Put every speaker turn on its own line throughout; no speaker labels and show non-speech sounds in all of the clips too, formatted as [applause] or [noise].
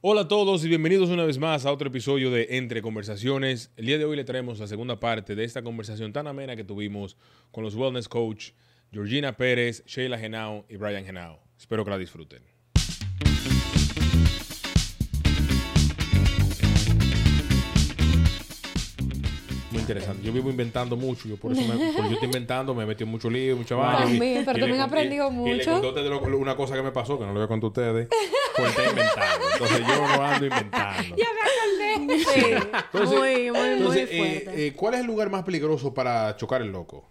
Hola a todos y bienvenidos una vez más a otro episodio de Entre Conversaciones. El día de hoy le traemos la segunda parte de esta conversación tan amena que tuvimos con los wellness coach Georgina Pérez, Sheila Genao y Brian Genao. Espero que la disfruten. Muy interesante. Yo vivo inventando mucho. Yo por eso me, por- yo estoy inventando, me metí en mucho lío, mucha vaina. y-
También, pero
y le
también he
conté-
aprendido
Y le
mucho.
conté de lo- una cosa que me pasó, que no lo voy a contar a ustedes. Por estar inventando. Entonces yo no ando inventando.
Sí, muy, muy,
Entonces,
muy
eh,
fuerte.
eh, ¿cuál es el lugar más peligroso para chocar el loco?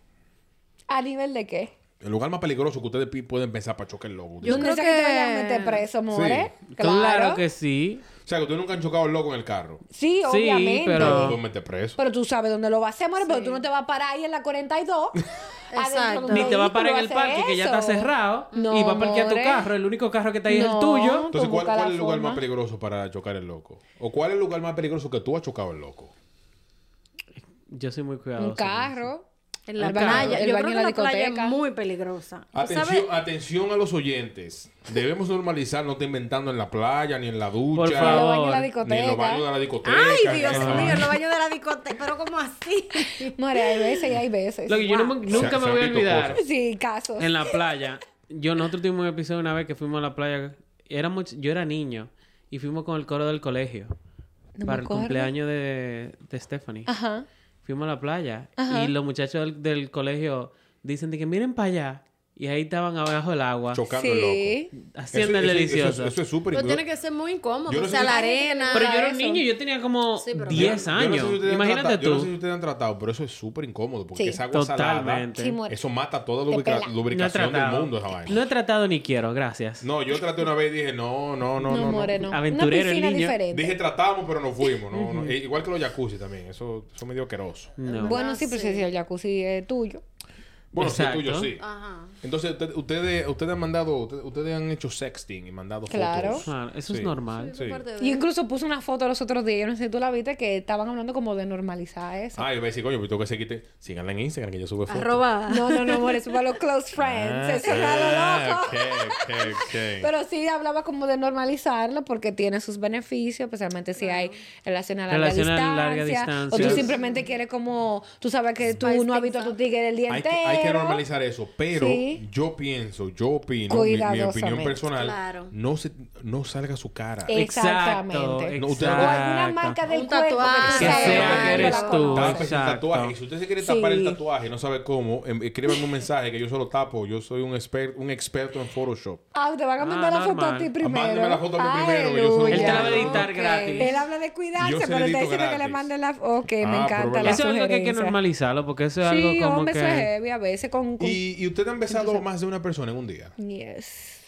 ¿A nivel de qué?
El lugar más peligroso que ustedes pi- pueden pensar para chocar el loco.
Yo
o
creo que...
creo
te
que-
vayan a meter preso, more.
Sí.
Claro.
Claro que sí.
sea, que ustedes nunca han chocado el loco en el carro.
Sí, obviamente.
pero-
Pero...
Pero tú metes preso.
tú sabes dónde lo vas a hacer, more, pero tú no te vas a parar ahí en la
[laughs]
42.
Exacto.
Ni te va a parar en el parque que ya está cerrado
No,
y va a parquear tu
more.
carro. El único carro que está ahí es
No.
el tuyo.
Entonces, ¿cuál,
busca
cuál
la
es el lugar más
forma.
peligroso para chocar el loco? ¿O cuál es el lugar más peligroso que tú has chocado el loco?
Yo soy muy cuidadoso.
Un carro.
En la
el baño-
playa.
el
Yo
baño
creo
en
que
la
la, playa es
discoteca.
muy peligrosa.
Atención, atención a los oyentes. Debemos normalizar no estar inventando en la playa, ni en la ducha,
Por
En los
favor.
baños de la
ni en los
discoteca.
baños de la discoteca.
Ay, Dios
ni en la-
mío, los baños de la discoteca. Pero ¿cómo así?
More, hay veces y hay veces.
Lo que yo no me-
Se- se
nunca me
han
voy a
visto
olvidar
Sí, casos.
en la playa. Yo, nosotros tuvimos un episodio una vez que fuimos a la playa. Éramos, yo era niño y fuimos con el coro del colegio
No me
para el
acuerdo.
cumpleaños de, de Stephanie.
Ajá.
Fuimos a la playa
Ajá.
y los muchachos del, del colegio dicen de que miren para allá. Y ahí estaban abajo del agua
Chocando el loco.
Sí.
haciendo el
Eso- eso-
delicioso.
Eso, eso es súper
Pero
incómodo.
tiene que ser muy
Yo
incómodo.
no
O sea,
sé-
la arena.
Pero yo era un
Eso.
niño, yo tenía como
Sí,
Yo-
pero-
10
yo no sé si
años.
ustedes han
Imagínate
tratado- Yo no sé si
tú.
ustedes han tratado, pero eso es súper incómodo porque
Sí.
esa agua
Totalmente.
Sí,
salada,
muere.
eso mata toda
Te
lubrica-
pela.
No he
lubricación del
tratado.
mundo esa vaina.
No he tratado ni quiero, gracias.
No, yo traté una vez y dije, no, no, no,
No,
no. no.
more, no.
Aventurero
Una
el
piscina
niño.
diferente.
Dije tratamos, pero no fuimos. No, no. E- Igual que los jacuzzi también. Eso, eso medio asqueroso.
No.
Bueno, sí,
Ah,
pero
sí.
si el jacuzzi es tuyo.
Bueno, sí,
Exacto.
tuyo sí.
Ah.
Ajá.
Entonces, usted- ustedes, ustedes han mandado, ustedes, ustedes han hecho sexting y mandado
Claro.
fotos.
Claro, eso
Sí.
es normal.
Sí.
Parte de-
Y incluso puse una foto los otros días, yo no sé si tú la viste, que estaban hablando como de normalizar eso.
Ay, voy a decir, coño, pero tengo que seguirte. Síganla en Instagram que yo sube
Ah,
fotos.
Arroba.
No, no, no, amor, eso para los close friends. eso era lo
ah,
loco.
ok, ok, ok.
Pero sí hablaba como de normalizarlo porque tiene sus beneficios, especialmente si hay relaciones a larga,
Relación a
distancia,
larga
O
distancia.
tú simplemente quieres como, tú sabes que tú
Spice
no has visto a
things
tu
up.
tigre el día
hay que,
entero.
hay que normalizar eso, pero
Sí.
yo pienso, yo opino, mi- mi, opinión
Cuidadosamente.
personal,
Claro.
no, se, no salga su cara.
Eh, Exactamente.
Exacto,
No, usted
o
no-
alguna
exacto.
marca del
Un
cuerpo
tatuaje.
tú
Que
sabes
sea
no
que
la
eres tú.
conoces.
Tapa ese
Exacto.
tatuaje. Y si usted se quiere tapar
Sí.
el tatuaje y no sabe cómo, em- escríbanme un mensaje que yo se lo tapo. Yo soy un, exper- un experto en Photoshop.
Ah, te van a mandar
Ah,
la foto a
normal.
ti primero.
Mándame la foto a mí primero, que yo soy
Aleluya.
Él te la va a
editar
Ok.
gratis.
Él habla de
Yo
cuidarse,
se la
pero te
edito
diciendo que le
gratis.
manden la... Ok, me
Ah, pero
encanta
bueno.
la
Eso es algo que hay que
sugerencia.
normalizarlo, porque eso es algo
Sí,
como
hombre, eso es
que...
heavy a veces con... con-
Y, y usted han besado más de una persona en un día.
Yes.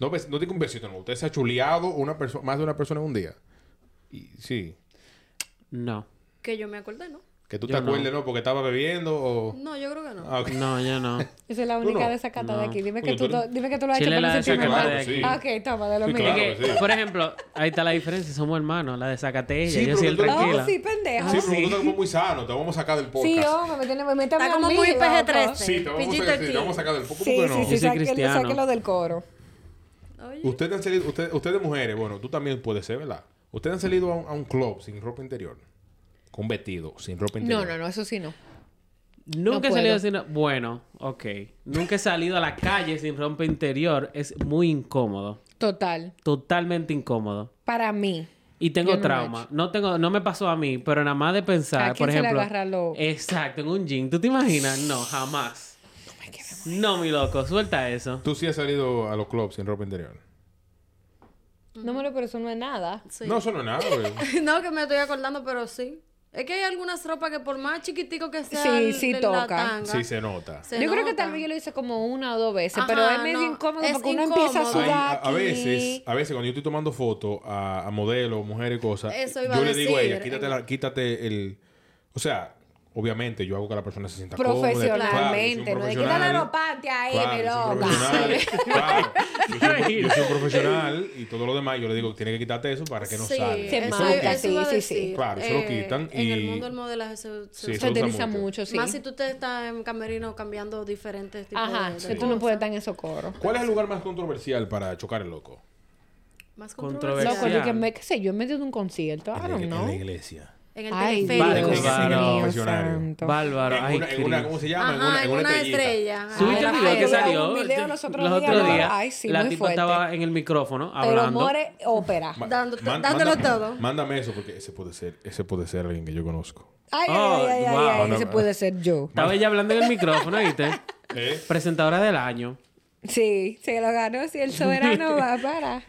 No, bes- no digo un besito, no. Usted se ha chuleado una perso- más de una persona en un día. Y, sí.
No,
Que yo me acordé, ¿no?
Que tú
Yo
te
no.
acuerdes, ¿no? Porque estaba bebiendo o...
No, yo creo que no.
Ah, ok.
no, yo no.
Esa es la
Tú
única
no.
desacatada
No.
aquí. Dime que,
Coño,
tú,
tú eres-
lo- dime que tú lo has hecho
Chile
para
la
no sentirme
desacatada
mal.
de aquí.
Ah, Ok, toma, de lo
Sí,
mío.
claro.
Que,
sí.
Por ejemplo, ahí está la diferencia, somos hermanos, la desacate ella,
Sí,
yo
pero
soy el
tú- Oh,
tranquila.
Oh, sí, pendejo.
Sí,
[laughs] Sí,
pero tú estás como muy sano. Te vamos a sacar del podcast.
hombre, me tiene... Me mete a
Está
mí
como
a mí,
muy
loco.
PG-13.
Sí,
Sí, te vamos,
PG-13.
a, sí, te vamos a sacar del podcast.
sí,
no?
sí,
soy
sáquelo,
cristiano.
sáquelo del coro.
Oye, [laughs]
Ustedes han salido, usted- ustedes mujeres, bueno, tú también puedes ser, ¿verdad? Ustedes han salido a un, a un club sin ropa interior. Con vestido, sin ropa
No,
interior.
no, no, eso sí no. No
Nunca he salido
puedo.
sin... Bueno, ok. Nunca he salido a la calle sin rompe interior. Es muy incómodo.
Total,
Totalmente incómodo.
para mí.
Y
Yo
tengo
no lo he
trauma. No tengo, no me pasó a mí, pero nada más de pensar,
¿A quién
por
se le
ejemplo.
agarra lo-
Exacto, en un jean. ¿Tú te imaginas? No, jamás. No, mi loco, suelta eso.
Tú sí has salido a los clubs sin ropa interior.
No, me lo pero eso no es nada.
sí.
No, eso no es nada, güey.
No, que me estoy acordando, pero sí. Es que hay algunas ropas que por más chiquitico que sea
Sí,
el-
sí
la
toca.
tanga,
Sí se nota.
se
yo creo que
nota.
tal vez yo lo hice como una o dos veces,
Ajá,
pero es medio
no,
incómodo
es
porque uno empieza a
incómodo.
Hay-
sudar.
a, a
aquí.
veces, a veces cuando yo estoy tomando fotos a, a modelos, mujeres y cosas,
Eso iba
yo
a
le digo a
decir.
ella, quítate, la- quítate el... O sea, obviamente yo hago que la persona se sienta cómoda.
Profesionalmente,
claro,
no
yo
de
soy un
quitarle
profesional.
los panties
Claro, yo soy un profesional, [laughs] claro. Yo soy un
ahí, mi loca.
pro- Yo soy un profesional y todo lo demás, yo le digo, tiene que quitarte eso para que no salga.
Se
eso
Eso lo
marca,
iba-
quitan.
sí,
eso iba a
sí,
decir. Eh,
sí.
Claro, eso lo quitan y-
En el mundo del modelaje se, se
Sí,
usa.
eso
Se
usa
utiliza
mucho.
mucho, sí.
Más si tú te estás en camerino cambiando diferentes tipos
Ajá,
de,
que tú no puedes estar en esos coros.
¿Cuál es el lugar más controversial para chocar el loco?
Más
Pues
Controversial.
Loco, yo que
Especial.
me, qué sé yo, en medio de un concierto, I don't
en, la,
know.
en la iglesia.
En el
Ay,
periférico.
Dios Bárbaro.
mío
Confesionario.
santo.
Bárbaro.
en,
ay,
una, en una-
Cristo.
¿cómo se llama? En
Ajá,
una, en una estrellita.
estrellita. Ajá.
Subiste el
Ay,
video que
yo vi
salió.
un video los otros días, ¿verdad? Ay, sí,
la
muy
tipa
fuerte.
estaba en el micrófono
Pero
hablando.
more ópera.
Ma-
Dando-
man-
dándolo
mándame-
todo.
Mándame eso porque ese puede ser, ese puede ser alguien que yo conozco.
Ay, ay,
Oh,
ay, ay, ay,
wow.
ay,
No,
ese
no.
puede ser yo.
Estaba ella hablando en el micrófono, ¿viste? [laughs]
¿Eh?
Presentadora del año.
Sí, se lo ganó. Si el soberano va para.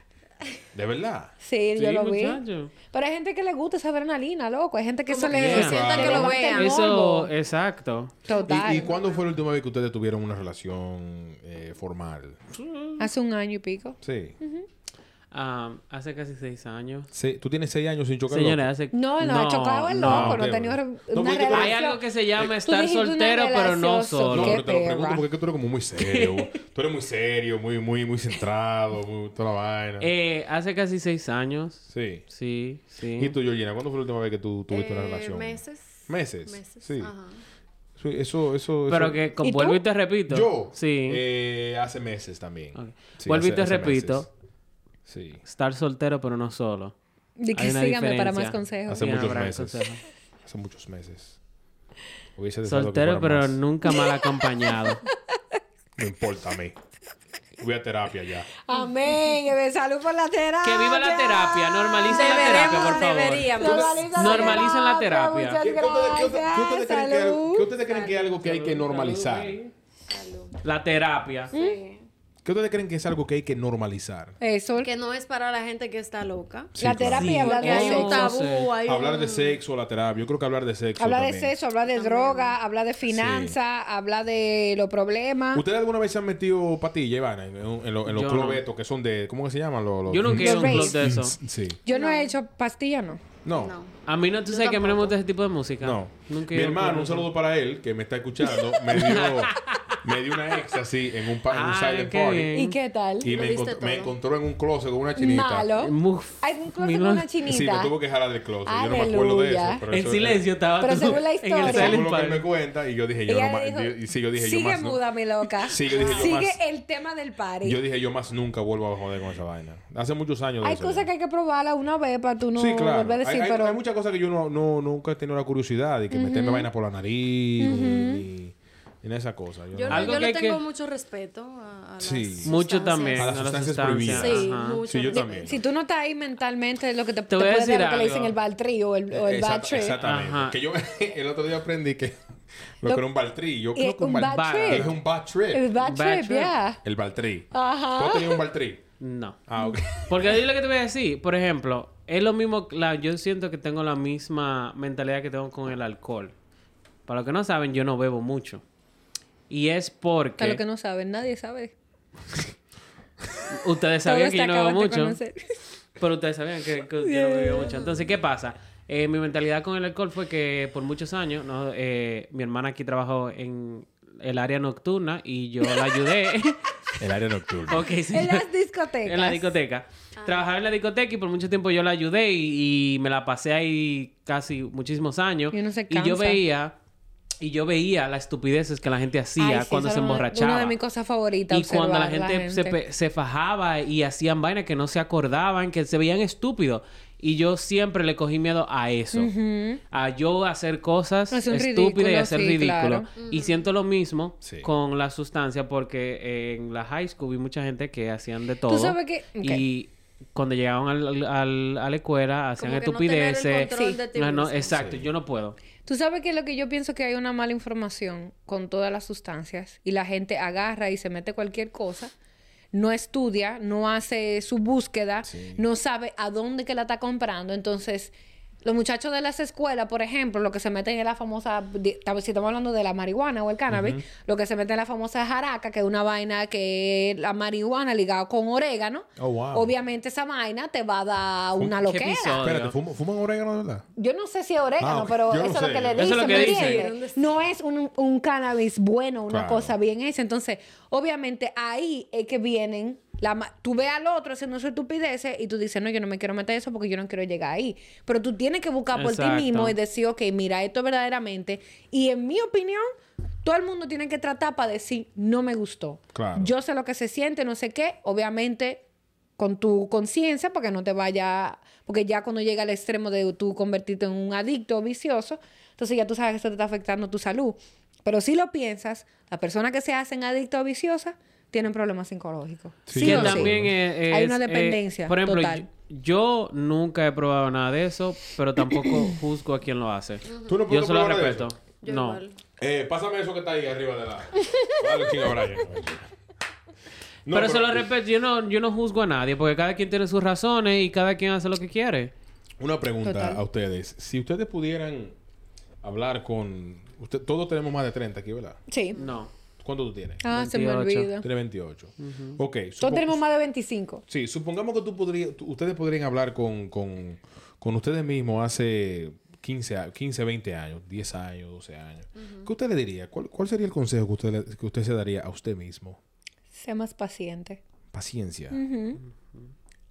De verdad.
Sí, yo
Sí,
lo vi.
muchacho.
Pero hay gente que le gusta esa adrenalina, loco. Hay gente que
Como
se
que
le
se sienta
le
que lo
mata el
vean.
Eso,
morbo.
exacto.
Total.
¿Y, y cuándo fue la última vez que ustedes tuvieron una relación eh, formal?
Hace un año y pico.
Sí.
Ah, hace casi seis años.
Sí, Tú tienes seis años sin chocar.
Señores, hace...
No, no, ha chocado el
no.
loco. No,
no,
ha tenido
no.
re-
No,
una
porque tú-
relación.
Hay algo que se llama
Tú
estar
dijiste una
soltero, pero no
relación
No,
solo.
Qué
pero te lo pregunto
perra.
porque es que tú eres como muy serio.
[laughs]
tú eres muy serio, muy, muy, muy centrado, muy, toda la vaina.
Eh, hace casi seis años.
sí.
Sí, sí.
¿Y tú, Georgina? ¿Cuándo fue la última vez que tú tuviste una
Eh,
relación?
Meses.
Meses.
Meses.
Sí.
Ajá.
Sí, Eso, eso,
Pero
eso-
que con,
¿Y tú?
vuelvo y te repito.
Yo.
Sí.
eh, hace meses también.
Ok.
Sí,
vuelvo y
hace-
te
hace
repito.
meses. Sí.
Estar soltero, pero no solo.
De que
Hay una
síganme para
diferencia.
más consejos.
Hace
Bien,
muchos
habrá
meses.
consejo.
Hace muchos meses. Hubiese deseado que
Soltero,
fuera
pero
más.
nunca mal
[laughs]
acompañado.
No importa a mí. Voy a terapia ya.
Amén. Que me salud por la terapia.
que viva la terapia. Normalicen la terapia, por favor.
deberíamos.
Normalicen
Normalicen la terapia.
Muchas
¿Qué ustedes- qué ustedes- qué ustedes
gracias.
creen que es algo-
Salud.
qué ustedes creen que es algo que hay que normalizar?
La terapia.
Sí.
¿Qué ustedes creen que es algo que hay que normalizar?
Eso.
Que no es para la gente que está loca.
Sí,
La
claro.
terapia y
Sí,
hablar
Porque
de
eso.
hay un
sexo.
tabú, hay un...
Hablar de sexo, la terapia. Yo creo que hablar de sexo.
Hablar de
también.
sexo, hablar de droga, hablar de finanzas, hablar de los problemas.
¿Ustedes alguna vez se han metido patilla, Ivana, en, en- en los- en los
Yo
clubetos que son de. ¿Cómo que se llaman? Los, los-
Yo nunca he ido a un
Race.
club de eso.
Sí.
Yo no he hecho pastilla, no.
No.
No.
No.
A mí no, tú sabes que a mí no me gusta ese tipo de música. Nunca he
Mi
ido a club
hermano,
de
un
eso.
saludo para él, que me está escuchando. Me
[laughs]
dio, me dio una éxtasis en un, pa- en un
Ay,
silent
qué
party.
bien.
¿Y qué tal?
Y
Lo
me,
viste
encont- me
todo.
encontró en un closet con una chinita.
Malo.
Muf,
Hay un closet
mi
con
no-
una chinita.
Sí, me tuvo que jalar del closet. Yo no me acuerdo de eso.
Aleluya.
pero
En
eso-
silenzo estaba.
Pero
tú
según la
En el
historia.
Según
silent
lo que él
party.
me cuenta, y yo dije, yo
Ella
no más.
dijo,
yo- y sí, yo dije, yo
sigue
más. no-
muda, mi loca.
[laughs] Sí, yo dije, yo
sigue
más-
el tema del party.
Yo dije, yo más nunca vuelvo a joder con esa vaina. Hace muchos años. de
hay
eso
cosas
ya.
que hay que probarla una vez para tú no
sí, claro.
volver a decir,
hay, hay-
pero...
hay muchas cosas que yo no, no- nunca he tenido la curiosidad de que meterme vaina por la nariz ni- ni, ni en esa cosa. Yo
Yo,
no- Ah,
no-
Algo
yo
que hay
le tengo
que-
mucho respeto a, a
Sí.
las
Mucho
sustancias.
también.
A las sustancias prohibidas.
Sí,
Ajá.
mucho.
Sí, yo
respeto.
también.
Si tú no estás ahí mentalmente, es lo que te, te
voy a
puede
decir
dar lo que le
algo.
dicen el bad trip o el, o el bad
Exacta-
trip.
Exactamente.
Ajá.
Que yo [laughs] el otro día aprendí que [laughs] lo,
Lo-
que era un baltrí. Yo
Y
creo que un,
un bad
bal-
trip.
Es un bad trip.
El bad,
Bad
trip,
trip.
yeah.
El baltrí.
Ajá.
¿Tú tenías un baltrí?
No.
Ah,
[laughs]
ok.
Porque es lo que te voy a decir. Por ejemplo, es lo mismo. La, yo siento que tengo la misma mentalidad que tengo con el alcohol. Para los que no saben, yo no bebo mucho. Y es porque.
Para lo que no saben, nadie sabe.
Ustedes
Todo
sabían que yo
está
no bebo
acabando de
mucho.
conocer.
Pero ustedes sabían que, que yo no bebía mucho. Entonces, ¿qué pasa? Eh, mi mentalidad con el alcohol fue que por muchos años, ¿no? Eh, mi hermana aquí trabajó en el área nocturna y yo la ayudé. [laughs]
El área nocturna.
ok, [laughs] sí.
En las discotecas.
En la discoteca. Trabajaba en la discoteca y por mucho tiempo yo la ayudé y, y me la pasé ahí casi muchísimos años.
Y uno se
yo
cansa.
veía, y yo veía las estupideces que la gente
Ay,
hacía
sí,
cuando
esa
se
era una-
emborrachaba.
Una de mis cosas favoritas.
Y cuando la
observar
gente, Se, pe- se fajaba y hacían vainas que no se acordaban, que se veían estúpidos. Y yo siempre le cogí miedo a eso. A yo hacer cosas
Hacer un
estúpidas y
ridículo,
hacer
sí,
ridículo.
claro.
Y siento lo mismo
Sí.
con la sustancia porque en la high school vi mucha gente que hacían de todo.
sabes que- ok.
Y cuando llegaban al- al- a la escuela hacían
Como que no tener el
estupideces.
control de ti
No, no,
mismo.
exacto, yo no puedo.
Tú sabes que lo que yo pienso que hay una mala información con todas las sustancias y la gente agarra y se mete cualquier cosa, no estudia, no hace su búsqueda,
Sí.
no sabe a dónde que la está comprando, entonces los muchachos de las escuelas, por ejemplo, lo que se meten en la famosa, di- estamos- si estamos hablando de la marihuana o el cannabis, lo que se mete en la famosa jaraca, que es una vaina que es la marihuana ligada con orégano,
Oh, wow.
obviamente esa vaina te va a dar
Un-
una
qué
loquera.
episodio.
Espérate, ¿fuman, fuman orégano de verdad?
Yo no sé si es orégano,
Ah, ok.
pero
Yo no
eso es
sé.
lo que
Eso
le
es
dicen,
lo que
¿me
dicen.
entiendes? No es un, un cannabis bueno, una
Claro.
cosa bien hecha. Entonces, obviamente, ahí es que vienen... La ma- tú ves al otro haciendo sus estupideces y tú dices, no, yo no me quiero meter eso porque yo no quiero llegar ahí. Pero tú tienes que buscar por
Exacto.
ti mismo y decir, ok, mira, esto verdaderamente... Y en mi opinión, todo el mundo tiene que tratar para decir, no me gustó.
Claro.
Yo sé lo que se siente, no sé qué. Obviamente, con tu conciencia para que no te vaya, porque ya cuando llega al extremo de tú convertirte en un adicto o vicioso, entonces ya tú sabes que eso te está afectando tu salud. Pero si lo piensas, las personas que se hacen adictas o viciosas tienen problemas psicológicos.
Sí,
Sí
que
o sí.
también es-
Hay
es,
una
eh,
dependencia
por ejemplo,
total.
yo yo nunca he probado nada de eso, pero tampoco
[coughs]
juzgo a quien lo hace.
¿Tú no
yo
puedes
se lo
probar de
respeto.
eso?
Yo
No.
igual.
Eh, pásame eso que está ahí arriba de la. Dale, chinga, Brian. No,
pero, se lo respeto, yo no, yo no juzgo a nadie, porque cada quien tiene sus razones y cada quien hace lo que quiere.
Una pregunta
Total.
a ustedes. Si ustedes pudieran hablar con. Usted, todos tenemos más de 30 aquí, ¿verdad?
Sí.
No.
¿Cuánto tú tienes?
Ah, se me
28.
olvida.
Tienes 28. Ok.
Todos
supo-
tenemos más de 25.
Sí, supongamos que tú podrías, tú- ustedes podrían hablar con, con, con ustedes mismos hace 15, a- 15, 20 años, 10 años, 12 años. ¿Qué usted le diría? ¿Cuál, cuál sería el consejo que usted, le- que usted se daría a usted mismo?
Sé más paciente.
Paciencia,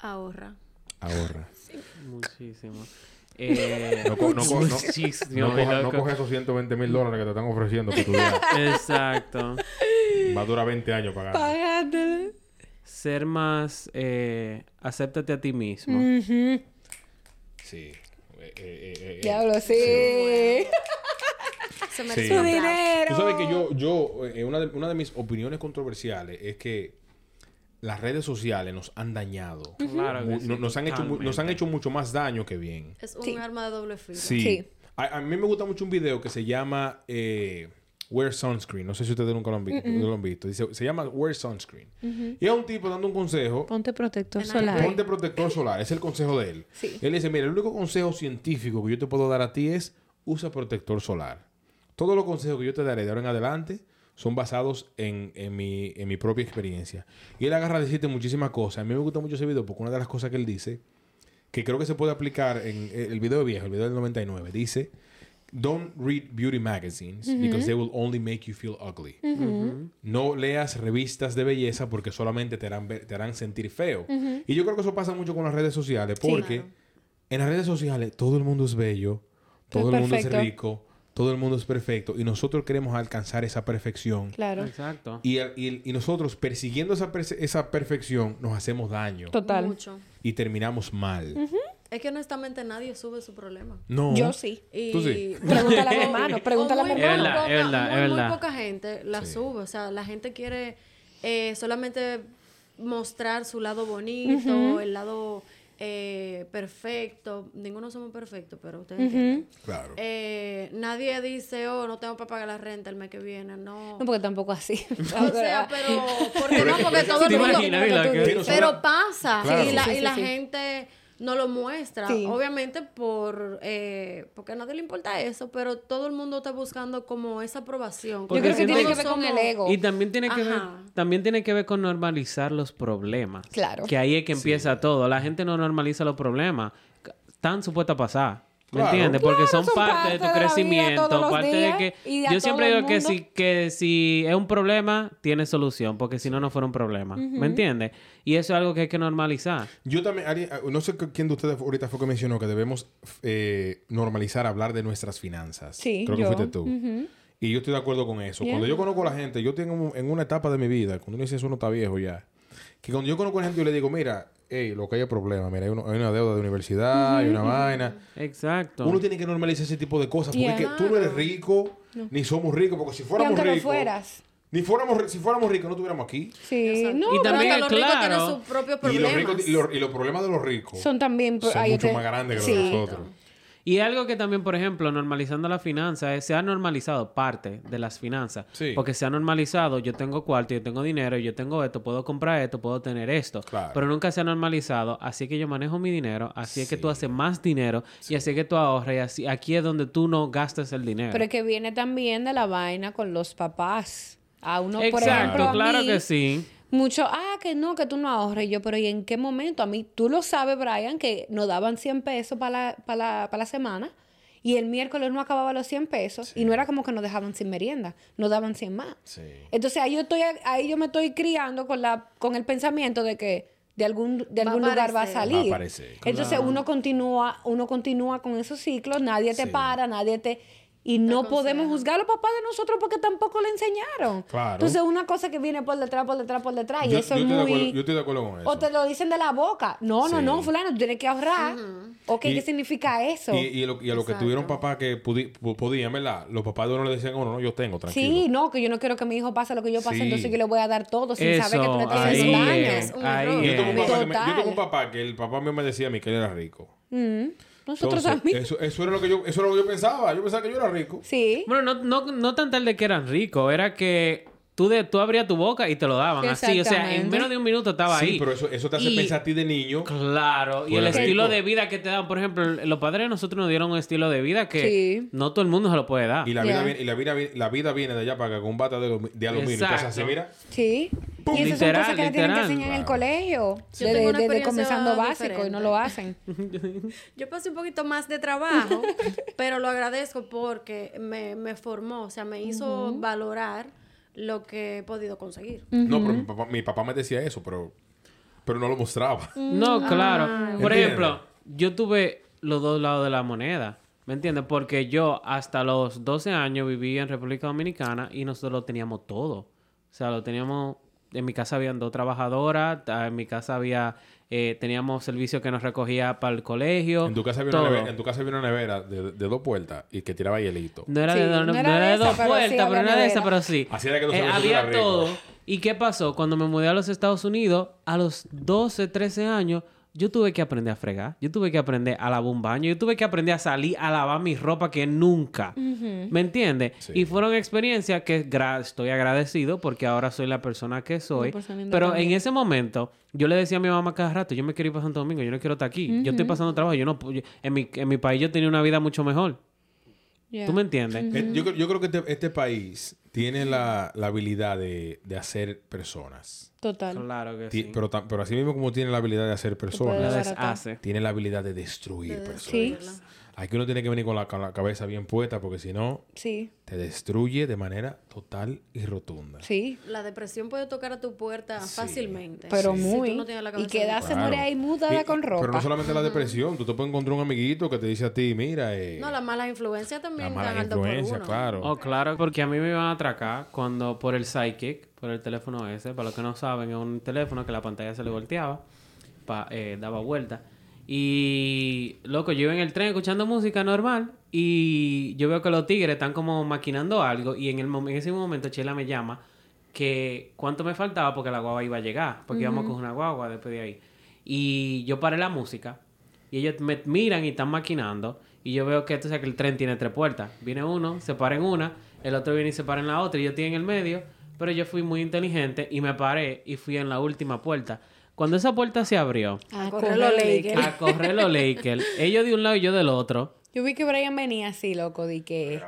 Ahorra.
ahorra.
Muchísimo. Eh,
[laughs] No, co- no co- no-
muchísimo,
No coja, no
loco.
coja esos 120 mil dólares que te están ofreciendo que tú digas,
Exacto.
va a durar 20 años pagar.
Págate.
Ser más... Eh, acéptate a ti mismo.
Mm.
Sí. Eh, eh, eh, eh,
Diablo, sí.
Se
Sí.
merece
Tu
un aplauso.
dinero.
Tú sabes que yo, yo eh, una, de, una de mis opiniones controversiales es que las redes sociales nos han dañado.
Claro que
Mu-
sí,
no- nos, han hecho, mu- nos han
totalmente.
hecho mucho más daño que bien.
Es un
Sí.
arma de doble filo.
Sí.
Sí.
A, a mí me gusta mucho un video que se llama eh, Wear Sunscreen. No sé si ustedes nunca lo han, vi- lo han visto. Dice- se llama Wear Sunscreen. Y es un tipo dando un consejo.
Ponte protector
En
solar.
Ponte protector solar. Es el consejo de él.
Sí.
Él dice, mira, el único consejo científico que yo te puedo dar a ti es usa protector solar. Todos los consejos que yo te daré de ahora en adelante son basados en, en mi, en mi propia experiencia. Y él agarra a decirte muchísimas cosas. A mí me gusta mucho ese video porque una de las cosas que él dice, que creo que se puede aplicar en eh, el video viejo, el video del 99, dice, don't read beauty magazines because they will only make you feel ugly. No leas revistas de belleza porque solamente te harán, ver- te harán sentir feo. Y yo creo que eso pasa mucho con las redes sociales porque
claro.
en las redes sociales todo el mundo es bello, todo
Todo es
el mundo es
perfecto.
rico, todo el mundo es perfecto y nosotros queremos alcanzar esa perfección.
Claro.
Exacto.
Y, el- y el- y nosotros persiguiendo esa, perse- esa perfección nos hacemos daño
Total.
Mucho.
y terminamos mal.
Es que honestamente nadie sube su problema.
No.
Yo sí.
Y...
Tú sí.
Pregúntale a mi hermano, pregúntale a mi
[laughs] O muy
hermano.
poca-
Es verdad, es verdad,
muy,
es
muy
verdad.
poca gente la sube. O sea, la gente quiere eh, solamente mostrar su lado bonito, el lado eh, perfecto. Ninguno somos perfectos, pero ustedes entienden.
Claro.
Eh, nadie dice, oh, no tengo para pagar la renta el mes que viene. No.
No, porque tampoco así.
[laughs] O sea,
ah,
pero. ¿Por qué
Pero
no?
es que-
Porque
pero
todo
¿Te
el mundo.
imaginas, Vila, que-
Pero-
Pero pasa.
Claro.
Y la,
Sí, sí,
y la
sí.
gente no lo muestra.
Sí.
Obviamente por eh, porque a nadie le importa eso, pero todo el mundo está buscando como esa aprobación.
Porque
Yo creo que
siento-
tiene que
todos
ver con el
somos-
ego.
Y también tiene que ver,
Ajá.
también tiene que ver con normalizar los problemas.
Claro.
Que ahí es que empieza todo. La gente no normaliza los problemas. Están supuestas a pasar. ¿Me
Claro.
entiendes? Porque
Claro,
son, parte, de tu
la vida todos
crecimiento,
los
parte
días
de que
y a
yo siempre
todo el
digo que
mundo.
si que si es un problema tiene solución, porque si no no fuera un problema. ¿Me entiendes? Y eso es algo que hay que normalizar.
Yo también, Ari, ah, no sé quién de ustedes ahorita fue que mencionó que debemos eh, normalizar hablar de nuestras finanzas.
Sí,
Creo que
yo.
fuiste tú. Y yo estoy de acuerdo con eso. Cuando yo conozco a la gente, yo tengo un- en una etapa de mi vida, cuando uno dice eso uno está viejo ya, que cuando yo conozco a la gente yo le digo, mira, hey, lo que hay es problema, mira, hay, uno- hay una deuda de universidad, hay una vaina.
Exacto.
Uno tiene que normalizar ese tipo de cosas, porque
Yeah.
es que tú no eres rico, ni somos ricos, porque si fuéramos
aunque lo
ricos...
fueras.
Ni fuéramos, ri- si fuéramos ricos, no estuviéramos aquí.
Sí. No,
Y
Pero
también
hasta los ricos
claro.
tienen sus propios
Y los, ricos-
problemas.
y los- y los problemas de los ricos
son también...
son
hay
mucho
otro-
más grandes que los de
este Sí.
nosotros.
Y algo que también, por ejemplo, normalizando la finanza, es- se ha normalizado parte de las finanzas.
Sí.
Porque se ha normalizado, yo tengo cuarto, yo tengo dinero, yo tengo esto, puedo comprar esto, puedo tener esto.
Claro.
Pero nunca se ha normalizado, así que yo manejo mi dinero, así es que tú haces más dinero y así es que tú ahorras y así, aquí es donde tú no gastas el dinero.
Pero es que viene también de la vaina con los papás. A uno, por
Exacto,
ejemplo, a
claro
mí,
que sí.
Mucho, ah, que no, que tú no ahorres. Y yo, pero ¿y en qué momento? A mí, tú lo sabes, Brian, que nos daban 100 pesos para la, pa' la, pa' la semana y el miércoles no acababa los 100 pesos y no era como que nos dejaban sin merienda, nos daban 100 más.
Sí.
Entonces ahí yo, estoy, ahí yo me estoy criando con, la, con el pensamiento de que de algún, de
Va a
algún lugar va a
aparecer.
salir.
Va a aparecer,
Entonces uno continúa, uno continúa con esos ciclos, nadie te para, nadie te... Y no
aconsejan.
podemos juzgar a los papás de nosotros porque tampoco le enseñaron.
Claro.
Entonces, una cosa que viene por detrás, por detrás, por detrás. Y
Yo,
eso
yo
es
estoy de
muy.
acuerdo, yo estoy de acuerdo con eso.
O te lo dicen de la boca. No, no,
Sí.
no, fulano, tú tienes que ahorrar. Ok,
Y-
¿qué significa eso?
Y, y lo- y a los que
Exacto.
tuvieron papás que pudi- pu- podían, ¿verdad? Los papás de uno le decían, oh, no, yo tengo, tranquilo.
sí, no, que yo no quiero que mi hijo pase lo que yo pasé,
Sí.
entonces yo le voy a dar todo sin saber que tú le
Eso,
estás
ahí
haciendo daño.
es,
Es un
ahí
error.
Yo tengo, un
es.
papá que me- yo
Total.
tengo un papá que el papá mío me decía a mí que él era rico.
Nosotros
Entonces,
también.
Eso, eso era lo que yo, eso era lo que yo pensaba. Yo pensaba que yo era rico.
Sí.
Bueno, no, no, no tan tal de que eran ricos, era que tú, de, tú abrías tu boca y te lo daban así. O sea, en
Exactamente.
menos de un minuto estaba ahí.
Sí, pero eso, eso te hace
Y-
pensar a ti de niño.
Claro, y
Tú
el
eres
estilo
rico.
de vida que te dan, por ejemplo, el- los padres de nosotros nos dieron un estilo de vida que
Sí.
no todo el mundo se lo puede dar.
Y la, vida
Ya.
viene, y la, vida, vi- la vida viene de allá para acá con un bata de, alumi- de aluminio. Y te hace así,
Exacto.
mira.
Sí. y esas
Literal,
son cosas que le tienen que
literal.
enseñar en el
Claro.
colegio.
Yo
Desde
tengo una
desde
experiencia
comenzando básico y no
diferente.
lo hacen.
Yo pasé un poquito más de trabajo, [laughs] pero lo agradezco porque me, me formó, o sea, me hizo valorar lo que he podido conseguir.
No, pero mi papá, mi papá me decía eso, pero, pero no lo mostraba.
No, claro.
Entiendo.
Por ejemplo, yo tuve los dos lados de la moneda. ¿Me entiendes? Porque yo hasta los 12 años viví en República Dominicana y nosotros lo teníamos todo. O sea, lo teníamos... En mi casa habían dos trabajadoras, ta- en mi casa había... eh, teníamos servicio que nos recogía para el colegio.
En tu casa había
todo.
una nevera, en tu casa había una nevera de, de dos puertas y que tiraba hielito.
No era,
Sí,
de, do- no era de dos
esa, pero sí
puertas, pero
había
no era de esa,
nevera.
pero sí.
Así era que tú
Eh,
sabías que tú
Había
eras rico.
todo. ¿Y qué pasó? Cuando me mudé a los Estados Unidos, a los 12, 13 años, yo tuve que aprender a fregar. Yo tuve que aprender a lavar un baño. Yo tuve que aprender a salir a lavar mi ropa que nunca. ¿Me entiendes?
Sí.
Y fueron experiencias que gra- estoy agradecido porque ahora soy la persona que soy.
Una persona
Pero en
independiente.
ese momento, yo le decía a mi mamá cada rato, yo me quiero ir para Santo Domingo, yo no quiero estar aquí. Yo estoy pasando trabajo. Yo no, pu- yo- en, mi, en mi país yo tenía una vida mucho mejor. ¿Tú me entiendes?
Eh, Yo, creo- yo creo que este, este país tiene la, la habilidad de, de hacer personas.
Total.
Claro que
Ti-
sí.
pero, tam- pero así mismo como tiene la habilidad de hacer
La
puedes
personas,
dar-
deshace.
tiene la habilidad de destruir
Sí,
personas. Aquí uno tiene que venir con la, con la cabeza bien puesta porque si no,
sí,
te destruye de manera total y rotunda.
sí.
La depresión puede tocar a tu puerta
Sí.
fácilmente.
Pero
si
muy.
tú no tienes la
Y
cabeza
queda
bien
se muere ahí mudada
Y-
con
Pero no
ropa.
solamente la depresión. Tú te puedes encontrar un amiguito que te dice a ti, mira, eh,
No, las malas influencias
la
también
mala
dan al dos por
influencia,
uno.
¿eh?
claro.
Oh, claro, porque a mí me iban a atracar cuando por el Psychic, por el teléfono ese, para los que no saben, es un teléfono que la pantalla se le volteaba, pa- eh, daba vuelta. Y, loco, yo iba en el tren escuchando música normal y yo veo que los tigres están como maquinando algo y en, el mom- en ese momento Chela me llama que cuánto me faltaba porque la guagua iba a llegar, porque íbamos a coger una guagua después de ahí. Y yo paré la música y ellos me miran y están maquinando. Y yo veo que, esto, o sea, que el tren tiene tres puertas. Viene uno, se para en una, el otro viene y se para en la otra, y yo estoy en el medio. Pero yo fui muy inteligente y me paré y fui en la última puerta. Cuando esa puerta se abrió,
A
A
correr
correr
Ah, los
Ah, los
Lakers.
a correr los Lakers, ellos de un lado y yo del otro.
Yo vi que Brian venía así, loco, de que.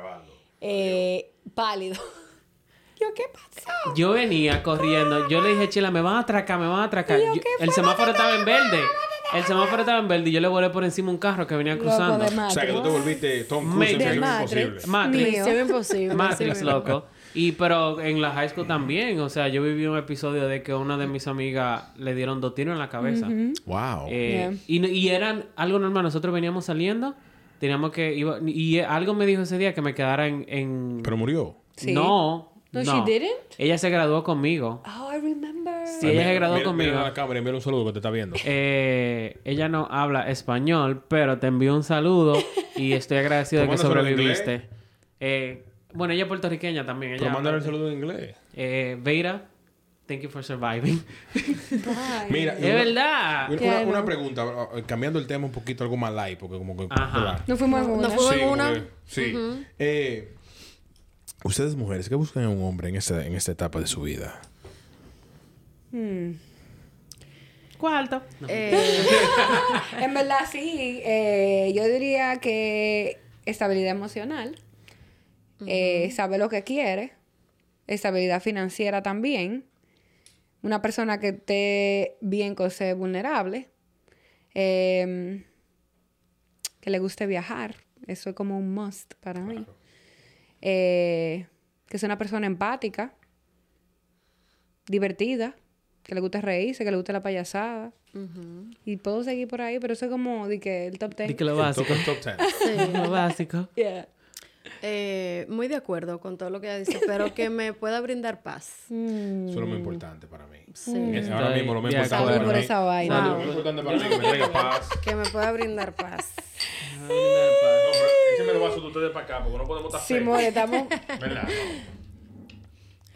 Eh, pálido. [laughs] Yo, ¿qué pasó?
Yo venía corriendo, yo le dije, Chila, me van a atracar, me van a atracar.
Y yo,
Yo-
¿qué
el
fue?
semáforo estaba en verde. El semáforo estaba en verde y yo le volé por encima un carro que venía
Loco
cruzando.
de
O sea, que tú te
madre.
volviste Tom
Me-
Cruise en
Ah, Mm. de
Misión
madre.
Imposible.
Matrix.
Mío.
Misión imposible.
Matrix,
sí,
loco. Y pero en la high school también, o sea, yo viví un episodio de que una de mis amigas le dieron dos tiros en la cabeza.
Wow.
Eh,
Yeah.
y, no- y eran algo normal, nosotros veníamos saliendo, teníamos que iba- y eh, algo me dijo ese día que me quedara en, en-
Pero murió.
Sí.
No,
No,
no.
she didn't.
Ella se graduó conmigo.
Oh, I remember.
Sí, ella se graduó
Mira- mira
conmigo.
a la cámara y envíale un saludo que te está viendo.
Eh, ella no habla español, pero te envío un saludo y estoy agradecido de
Pero
que
mándaselo en
sobreviviste. Eh, bueno, ella es puertorriqueña también.
Pero
Ella
mándale el saludo en inglés.
Eh, Veira, thank you for surviving.
Mira, y
es verdad.
una,
Claro.
una pregunta, ah, cambiando el tema un poquito, algo más light, porque como que...
Ajá.
¿verdad?
No fuimos
No,
alguna.
no fuimos. Fue
Sí, como
una-
que- sí. Eh, Ustedes mujeres, ¿qué buscan en un hombre en esta, en esta etapa de su vida?
Cuarto.
Eh,
En verdad, sí. eh, yo diría que estabilidad emocional, eh, saber lo que quiere, estabilidad financiera también, una persona que esté bien con ser vulnerable, eh, que le guste viajar, eso es como un must para mí, Eh, que sea una persona empática, divertida, que le guste reírse, que le guste la payasada. Y puedo seguir por ahí, pero eso es como de que el top 10.
Di que [laughs] lo
Top,
básico.
top 10.
Lo básico.
Yeah.
eh, muy de acuerdo con todo lo que ella dice, pero que me pueda brindar paz.
Mm.
Eso es lo más importante para mí.
Sí.
Es ahora
Estoy
mismo lo más
de
importante para
acuerdo.
Salud por
mí.
esa vaina.
Lo más importante para mí es que me traiga paz.
Que me pueda brindar paz.
No, pero écheme los vasos de ustedes para acá, porque no podemos estar
Sí,
secos.
more, estamos...
¿Verdad? No,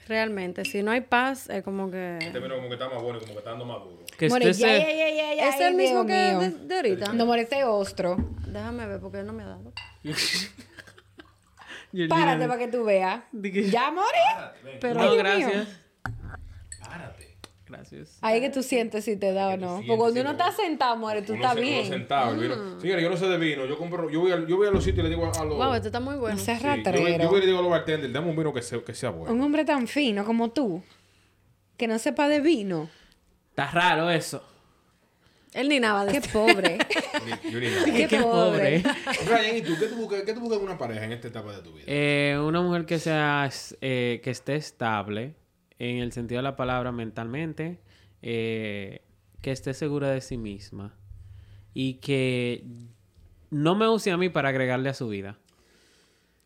Realmente, si no hay paz, es como que...
Este vino como que está más bueno, como que está dando más duro.
Que
More,
usted
ya,
se-
ya, ya, ya, ya,
es
ay,
el mismo
Dios
que de,
mío.
de ahorita.
No, more, ese ostro.
Déjame ver porque él no me ha dado.
Georgina,
Párate para que tú veas.
De que-
Ya, more. Pero, ay,
No,
Dios
gracias.
mío.
Párate.
Gracias.
Ahí que tú sientes si te da o
tú
no.
sientes
Porque cuando
si
uno
te da.
está sentado, more, tú
Uno
estás
se- uno
bien.
sentado, el vino. Señores, yo no sé de vino. Yo compro, yo voy, al- yo voy a los sitios y le digo a
Oh.
los.
Wow, este está muy bueno.
No seas
Sí, yo voy- yo,
rastrero.
voy y le digo a los bartenders, dame un vino que sea, que sea bueno.
Un hombre tan fino como tú, que no sepa de vino.
Está raro eso.
Él ni nada de
Qué pobre.
Ni- yo ni nada.
[laughs]
Qué pobre.
Ryan, ¿y tú qué tú buscas, qué tú buscas en una pareja en esta etapa de tu vida?
Eh, una mujer que sea eh, que esté estable en el sentido de la palabra mentalmente, eh, que esté segura de sí misma y que no me use a mí para agregarle a su vida.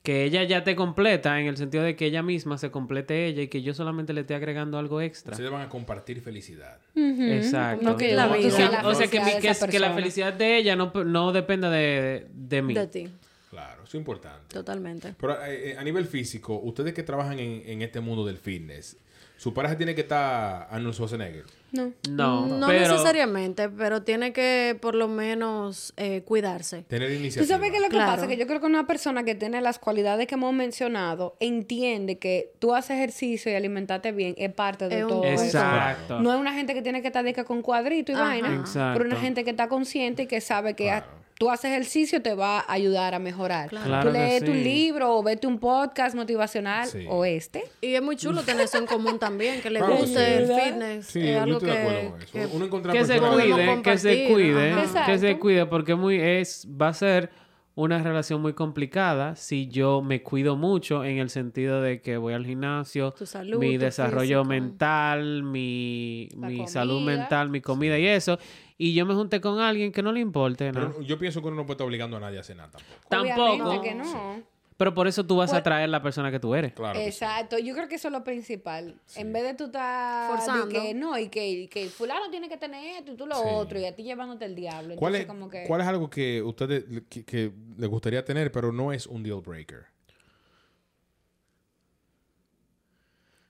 Que ella ya te completa en el sentido de que ella misma se complete ella y que yo solamente le esté agregando algo extra.
Ustedes van a compartir felicidad.
Exacto.
No, que
la
O sea,
vida.
o sea,
La
que, mi-
felicidad de
que-
esa
que la
persona.
felicidad de ella no, no dependa de, de mí.
de ti.
Claro, eso es importante.
Totalmente.
Pero eh, eh, a nivel físico, ustedes que trabajan en, en este mundo del fitness, su pareja tiene que estar Arnold Schwarzenegger.
No.
No,
No
pero-
necesariamente, pero tiene que por lo menos eh, cuidarse.
Tener iniciativa.
Tú sabes que lo que
Claro.
pasa es que yo creo que una persona que tiene las cualidades que hemos mencionado entiende que tú haces ejercicio y alimentarte bien es parte de
Es un
todo
todo.
eso.
Exacto.
No es una gente que tiene que estar de que con cuadrito y
Ajá.
vaina,
Exacto.
pero una gente que está consciente y que sabe que
Claro.
ha- tú haces ejercicio te va a ayudar a mejorar.
Claro
tú
que
lees tu
sí.
libro o vete un podcast motivacional
Sí.
o este.
Y es muy chulo tener eso en común también, que le
Claro que
guste
sí.
el fitness.
Sí,
es
yo
algo
estoy de acuerdo
que,
con eso.
que-
Uno encontrar
que se
personas-
podemos
cuide, que se
compartir,
cuide,
ajá.
que se
Exacto.
cuide, porque muy es va a ser una relación muy complicada si yo me cuido mucho en el sentido de que voy al gimnasio,
Tu salud,
mi
tu
desarrollo
físico.
mental, mi,
La
mi salud
comida.
mental, mi comida y eso, y yo me junté con alguien que no le importe, ¿no?
Pero yo pienso que uno no puede estar obligando a nadie a cenar tampoco.
Tampoco.
Obviamente que no.
Pero por eso tú vas a
Pues-
Por-
atraer la persona que tú eres.
Claro. que sí.
Exacto, yo creo que eso es lo principal. En vez de tú estar
Forzando.
de que no y que, y que fulano tiene que tener esto y tú lo
Sí.
otro y a ti llevándote el diablo.
¿Cuál
Entonces,
es,
como que
cuál es algo que ustedes le- que, que les gustaría tener, pero no es un deal breaker?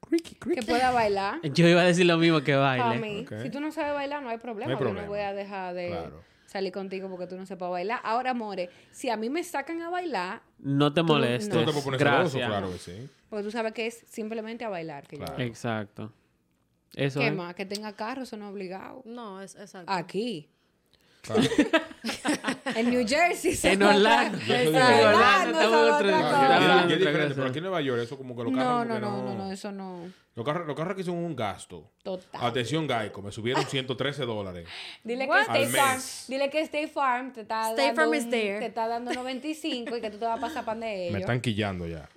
Criqui, criqui.
que pueda
[laughs]
bailar.
Yo iba a decir lo mismo que
Para
baile.
mí,
Ok.
si tú no sabes bailar no hay problema,
No hay
yo
problema.
no voy a dejar de
Claro.
salir contigo porque tú no sepas bailar. Ahora, more, si a mí me sacan a bailar,
No te molestes.
No te puedes poner
Gracias.
celoso, claro que sí.
porque pues tú sabes que es simplemente a bailar que yo
Claro.
voy.
Exacto. Eso
¿Qué
es.
más? Que tenga carro, eso no es obligado.
No, es exacto.
Ah, Aquí.
Claro.
En New Jersey. eso
En
es otra-
Orlando.
Yo soy
En
de Orlando,
Orlando estamos
eso es
otro-
otra
No,
cosa.
estamos
ya- ya- ya
hablando
es
otra
diferente,
cosa.
pero aquí en Nueva York eso como que los
No,
carros
no,
como que
no, no, no, eso no.
Los carros, los carros que son un gasto.
Total.
Atención, Geico, me subieron 113 dólares.
Dile
What?
que State
Al
Farm,
mes.
dile que State Farm te está
State
dando
Farm
un-
is there.
te está dando 95 y que tú te vas a pasar pan de ellos.
[laughs] Me están quillando ya.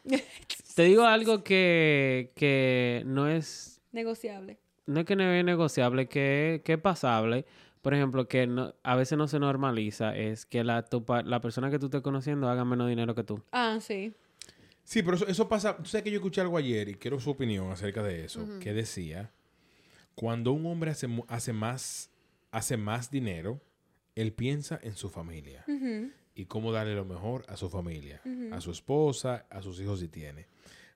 Te digo algo que, que no es
Negociable.
no es que no es negociable, que, que es pasable. Por ejemplo, que no- a veces no se normaliza es que la, tu pa- la persona que tú estés conociendo haga menos dinero que tú.
Ah, sí.
Sí, pero eso, eso pasa. Tú sabes que yo escuché algo ayer y quiero su opinión acerca de eso. Que decía: cuando un hombre hace, mu- hace, más, hace más dinero, él piensa en su familia y cómo darle lo mejor a su familia, a su esposa, a sus hijos si tiene.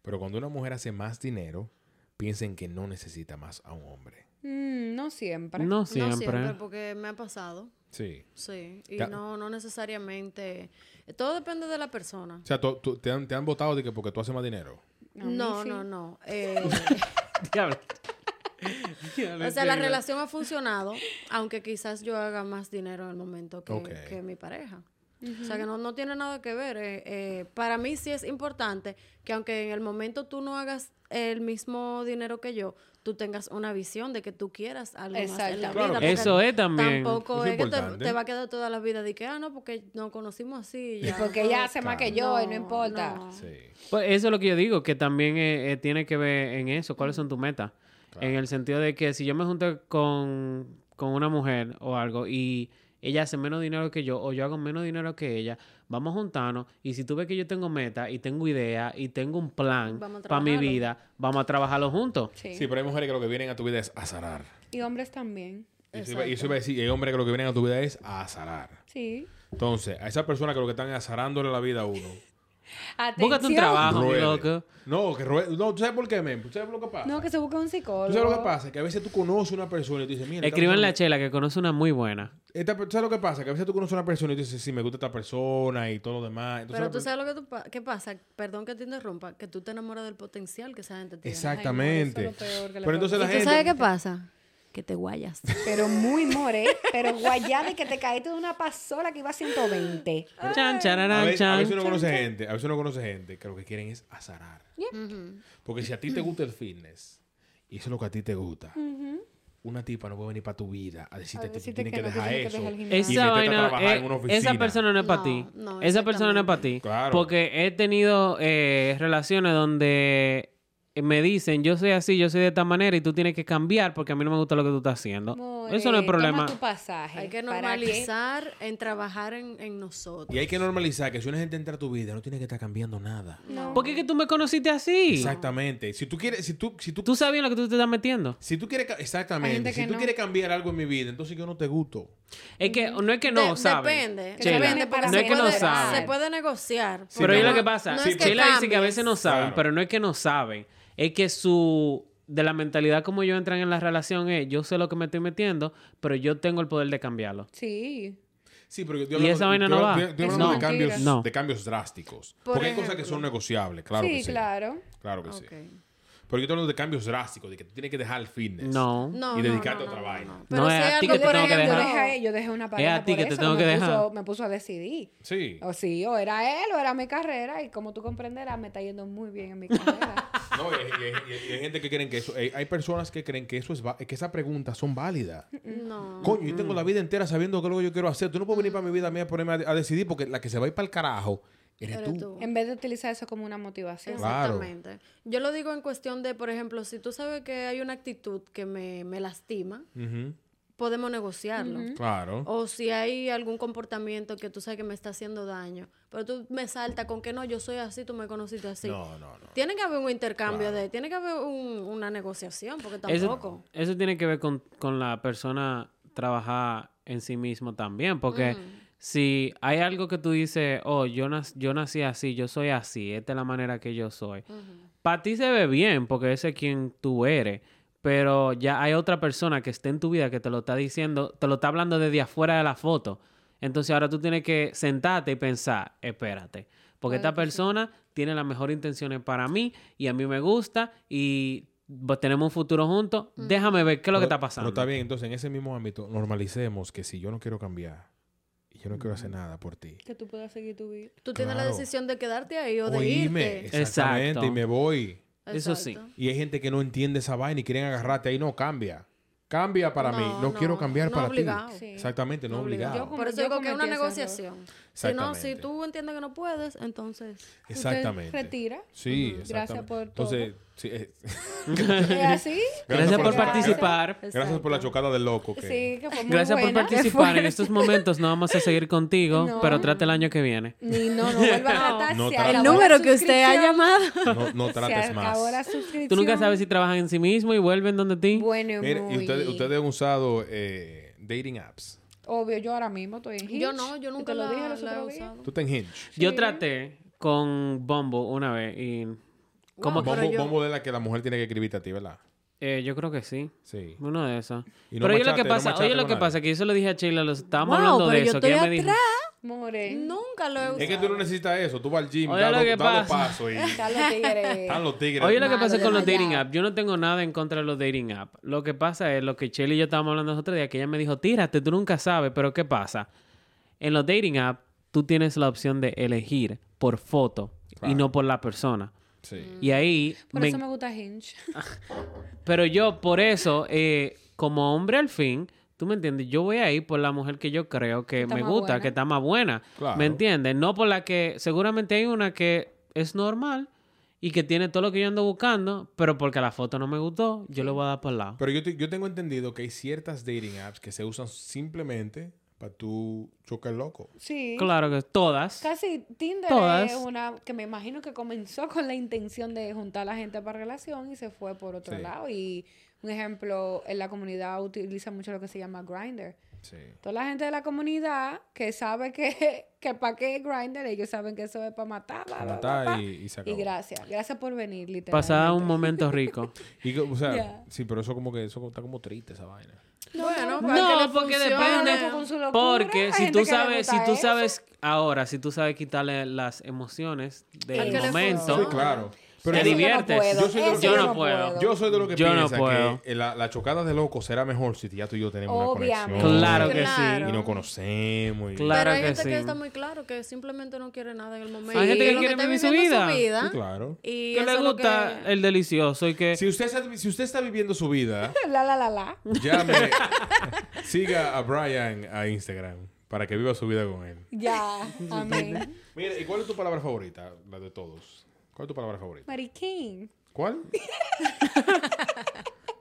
Pero cuando una mujer hace más dinero, piensa en que no necesita más a un hombre.
Mm, no siempre.
No siempre. ¿eh?
No siempre, porque me ha pasado.
Sí.
Sí, y
Ya.
no, no necesariamente. Todo depende de la persona.
O sea, tú- tú- te, han, te han votado de que porque tú haces más dinero.
A mí
No,
sí.
no,
[laughs]
no. eh,
[laughs] Diablo. Diablo,
o sea, la
sí,
relación ha funcionado, aunque quizás yo haga más dinero en el momento que,
Ok.
que mi pareja. O sea, que no, no tiene nada que ver. eh, eh, para mí sí es importante que aunque en el momento tú no hagas el mismo dinero que yo, tú tengas una visión de que tú quieras algo más en la
Exactamente.
vida.
Claro.
porque
Eso es también.
Eso
Tampoco
es
es, que te,
importante.
te va a quedar toda la vida de que, ah, no, porque nos conocimos así. ya, Ah.
Porque
no".
ella hace más que yo y no importa.
no.
Sí.
Pues eso es lo que yo digo, que también eh, eh, tiene que ver en eso, cuáles son tus metas. En el sentido de que si yo me junto con, con una mujer o algo y ella hace menos dinero que yo o yo hago menos dinero que ella, vamos a juntarnos y si tú ves que yo tengo meta y tengo idea y tengo un plan
Vamos a
para mi
trabajarlo.
vida, vamos a trabajarlo juntos.
Sí.
Sí, pero hay mujeres que lo que vienen a tu vida es a zarar.
Y hombres también.
Y eso iba- y eso iba a decir, hay hombres que lo que vienen a tu vida es a azarar.
Sí.
Entonces, a esas personas que lo que están azarándole la vida a uno.
Atención.
Búscate un trabajo, mi
ruede.
loco.
No, que ruede. No, ¿tú sabes por qué, men? ¿Tú sabes lo que pasa?
No, que se busque un psicólogo.
¿Tú sabes lo que pasa? Que a veces tú conoces una persona y tú dices, mira... esta
Escríbanle a
persona-
Chela que conoce una muy buena.
esta per- ¿Sabes lo que pasa? Que a veces tú conoces una persona y tú dices, sí, me gusta esta persona y todo lo demás. Entonces,
Pero
la
tú
per-
sabes lo que tú pa- qué pasa, perdón que te interrumpa, que tú te enamoras del potencial que esa gente tiene.
Exactamente.
Ay, no, eso es lo peor que le
pero entonces
¿Y
la
tú
gente...
sabes qué pasa? Que
[laughs]
te guayas.
Pero muy more, pero guayada y que te caíste de una pasola que iba a 120.
Chan,
A
chararán,
veces, a
chan.
veces uno conoce gente, a veces uno conoce gente que lo que quieren es azarar. Porque si a ti te gusta el fitness y eso es lo que a ti te gusta, una tipa no puede venir para tu vida a decirte
A
que tú
decirte
tienes
que
que
no, que
dejar
tienes que
eso.
dejar el
y
gimnasio.
meterte
Esa
a
vaina,
trabajar en
eh,
una
esa
oficina.
persona no es para
No,
ti.
no,
esa persona no es para ti.
Claro.
Porque he tenido eh, relaciones donde me dicen, yo soy así, yo soy de esta manera y tú tienes que cambiar porque a mí no me gusta lo que tú estás haciendo.
More,
Eso no es problema.
Toma tu pasaje.
Hay que
Eh, ¿Para qué?
normalizar en trabajar en, en nosotros.
Y hay que normalizar que si una gente entra a tu vida, no tiene que estar cambiando nada.
No.
Porque es que tú me conociste así.
Exactamente. Si tú quieres, si tú, si tú,
Tú sabías en lo que tú te estás metiendo.
si tú quieres, ca-
Hay gente
exactamente. Si
que
tú
no.
quieres cambiar algo en mi vida, entonces yo no te gusto.
Es que no es que no,
Mm. De-
¿sabes?
Depende.
Chela,
depende, porque
para
no es que no
puede-
saben.
Se puede negociar.
Sí,
pero
mi
es
amor.
lo que pasa.
No
Sí,
es que
Sheila dice que a
cambies.
veces no saben,
Claro.
pero no es que no saben. Es que su... De la mentalidad como yo entran en la relación es, yo sé lo que me estoy metiendo, pero yo tengo el poder de cambiarlo.
Sí.
Sí, pero yo
Y esa vaina no va.
Estoy
Es
hablando de
mentira.
cambios,
No.
de cambios drásticos.
Por
porque hay cosas que
ejemplo.
son negociables, claro que
sí,
sí.
claro.
Claro que sí.
Ok.
Pero yo estoy hablando de cambios drásticos, de que tú tienes que dejar el fitness.
No.
No,
Y
no,
dedicarte
no,
a otra
no,
vaina.
Pero
No,
si
es
hay
a ti
algo,
que te
por
tengo que
ejemplo,
Yo
dejar.
dejé, yo dejé una pareja
Es a ti
por
que te
eso,
tengo
me,
que
puso,
dejar.
me puso a decidir.
Sí.
O sí, o era él o era mi carrera. Y como tú comprenderás, me está yendo muy bien en mi
[laughs]
carrera.
No, y, y- y- y hay gente que creen que eso. Hay, hay personas que creen que eso es va- que esas preguntas son válidas.
No.
Coño, yo tengo
Mm.
la vida entera sabiendo qué es lo que yo quiero hacer. Tú no puedes venir para mi vida mía a ponerme a, a decidir porque la que se va a ir para el carajo eres,
Eres
tú.
tú.
en vez de utilizar eso como una motivación.
Claro.
Exactamente. Yo lo digo en cuestión de, por ejemplo, si tú sabes que hay una actitud que me, me lastima,
Ujú.
podemos negociarlo.
Claro.
O si hay algún comportamiento que tú sabes que me está haciendo daño, pero tú me saltas con que no, yo soy así, tú me conociste así.
No, no, no.
Tiene que haber un intercambio de, tiene que haber un- una negociación, porque tampoco.
Eso, eso tiene que ver con, con la persona trabajar en sí mismo también, porque si hay algo que tú dices, oh, yo, nac- yo nací así, yo soy así, esta es la manera que yo soy, para ti se ve bien, porque ese es quien tú eres, pero ya hay otra persona que esté en tu vida que te lo está diciendo, te lo está hablando desde afuera de la foto. Entonces ahora tú tienes que sentarte y pensar, espérate, porque esta persona tiene las mejores intenciones para mí y a mí me gusta y bo- tenemos un futuro juntos, déjame ver qué es lo que está pasando.
Pero está bien, entonces en ese mismo ámbito normalicemos que si yo no quiero cambiar y yo no quiero
Mm.
hacer nada por ti.
Que tú puedas seguir tu vida.
Tú tienes la
Claro.
decisión de quedarte ahí o de
Oíme,
irte.
exactamente,
Exacto.
y me voy.
Eso sí.
Exacto.
Y hay gente que no entiende esa vaina y quieren agarrarte ahí. No, cambia. Cambia para mí.
No,
No,
no,
quiero cambiar
no
para
obligado.
ti.
Sí.
Exactamente, no,
No obligado.
obligado.
Yo
Por eso
Yo
digo que es una
cometí ese error.
negociación. Si no, si
Exactamente.
tú entiendes que no puedes, entonces...
Exactamente.
Usted retira.
Sí,
Ujú.
exactamente.
Gracias por
Entonces, sí, eh,
¿Es así?
Gracias
[laughs] Gracias
por
por
la-
participar.
gracias por la chocada del loco. que-
Sí, que fue muy
Gracias por
buena.
participar. En
[laughs]
estos momentos no vamos a seguir contigo,
No.
pero trata el año que viene.
Ni no, no vuelvas a tratar.
No trates.
se acabó
El
la
número que usted ha
suscripción.
llamado.
No, no
[laughs] Se
trates más.
acabó la suscripción.
Tú nunca sabes si trabajan en sí mismo y vuelven donde ti.
Bueno, y
Mire, y
muy-
ustedes, ustedes han usado eh, dating apps.
Obvio, yo ahora mismo estoy en Hinge.
Yo no, yo nunca
te lo
la-
dije los
la he
otros días.
usado.
Tú te en Hinge.
Yo traté con Bumble una vez y como
Wow. Pero
Bombo,
yo-
bombo de la que la mujer tiene que escribirte a ti, ¿verdad?
eh, yo creo que sí.
Sí.
Uno de esos.
Y no
pero oye lo
machaste,
que
no
pasa,
machaste
oye lo
con
que
nadie.
pasa, que yo se lo dije a Sheila, lo estábamos
Wow,
hablando de
pero yo
eso, que ella
estoy
me dijo,
atrás.
More.
Nunca lo he usado.
Es que tú no necesitas eso. Tú vas al gym,
Oye,
das
lo
dos,
que
das dos
pasa.
pasos y
Están los tigres.
están los tigres.
oye lo que
Malo,
pasa con los
desmayado.
dating apps, yo no tengo nada en contra de los dating apps. Lo que pasa es lo que Sheila y yo estábamos hablando los otro día, que ella me dijo, tírate, tú nunca sabes, pero ¿qué pasa? En los dating apps, tú tienes la opción de elegir por foto y
Claro.
no por la persona.
Sí.
Y ahí
Por
me
eso me gusta Hinge.
Pero yo, por eso, eh, como hombre al fin, tú me entiendes, yo voy a ir por la mujer que yo creo que
está
me
más
gusta,
buena.
que está más buena.
Claro.
¿Me entiendes? No por la que seguramente hay una que es normal y que tiene todo lo que yo ando buscando, pero porque la foto no me gustó, yo le voy a dar por el lado.
Pero yo, te- yo tengo entendido que hay ciertas dating apps que se usan simplemente para tú chocar loco.
[laughs] Sí.
Claro que todas.
Casi Tinder
Todas.
es una que me imagino que comenzó con la intención de juntar a la gente para relación y se fue por otro
Sí.
lado. Y un ejemplo, en la comunidad utiliza mucho lo que se llama Grinder.
Sí.
Toda la gente de la comunidad que sabe que, [laughs] que para qué Grinder, ellos saben que eso es para matar, bla, bla,
matar
bla, bla.
y- y se acabó.
gracias, gracias por venir, literalmente.
Pasaba un momento rico.
Y, que, o sea,
Ya.
sí, pero eso como que eso está como triste esa vaina.
bueno, para que
No,
le
porque
funcione.
Cada loco con
depende.
su [laughs] locura, hay
Porque si
gente
tú
que le
sabes, si
gusta
tú
eso.
sabes ahora, si tú sabes quitarle las emociones
Al
del
que le
momento,
Sí,
No.
claro. Pero eso-
Te
Eso yo no
diviertes.
puedo,
Yo soy de los que-
eso yo
yo
no
no
puedo.
Yo soy de lo que
Yo no
piensa
puedo.
que eh, la, la chocada de loco será mejor si ya tú y yo tenemos una
Obviamente.
conexión.
claro que
Claro.
Y
sí.
nos conocemos. y-
Claro.
Pero hay
que
gente
sí.
que está muy claro que simplemente no quiere nada en el momento.
Hay gente que
Lo
quiere
está
vivir su
viviendo
vida.
Sí, claro.
Y
que
eso
le
es lo
gusta eh.
que-
el delicioso y que
Si usted, está, si usted está viviendo su vida,
La, la, la, la.
[laughs] llame, siga a Brian a Instagram para que viva su vida con él.
Ya, amén.
Mira, ¿y cuál es tu palabra favorita? La de todos. ¿Cuál es tu palabra favorita?
Mariquín. [laughs]
¿Cuál?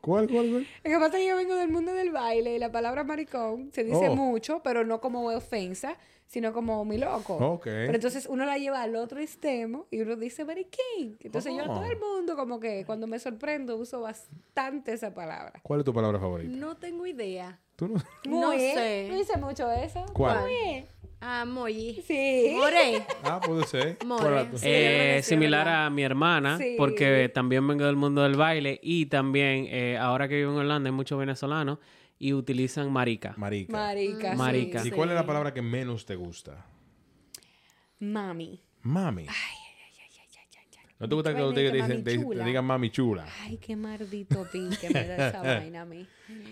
¿Cuál, cuál, cuál?
Lo que pasa es que yo vengo del mundo del baile y la palabra maricón se dice
Oh.
mucho, pero no como ofensa, sino como mi loco.
Ok.
Pero entonces uno la lleva al otro extremo y uno dice mariquín. Entonces yo a todo
Oh.
el mundo como que cuando me sorprendo uso bastante esa palabra.
¿Cuál es tu palabra favorita?
No tengo idea.
¿Tú no?
No
Muy, ¿eh?
sé.
Yo hice mucho eso.
¿Cuál?
Muy.
Ah, Moyi.
Sí.
More.
Ah, puede ser.
More.
¿Cuál era tu-
Sí, yo creo
eh,
que sí,
similar
¿verdad?
a mi hermana,
Sí.
porque también vengo del mundo del baile y también eh, ahora que vivo en Holanda hay muchos venezolanos y utilizan marica.
Marica.
Marica. sí.
Marica.
¿Y cuál es la palabra que menos te gusta?
Mami.
Mami.
Ay, ay, ay, ay.
¿No te gusta que los
Ay,
tigres te,
mami
dicen- te-
chula.
te digan mami chula?
Ay, qué maldito pin que me
[laughs]
da esa vaina a mí.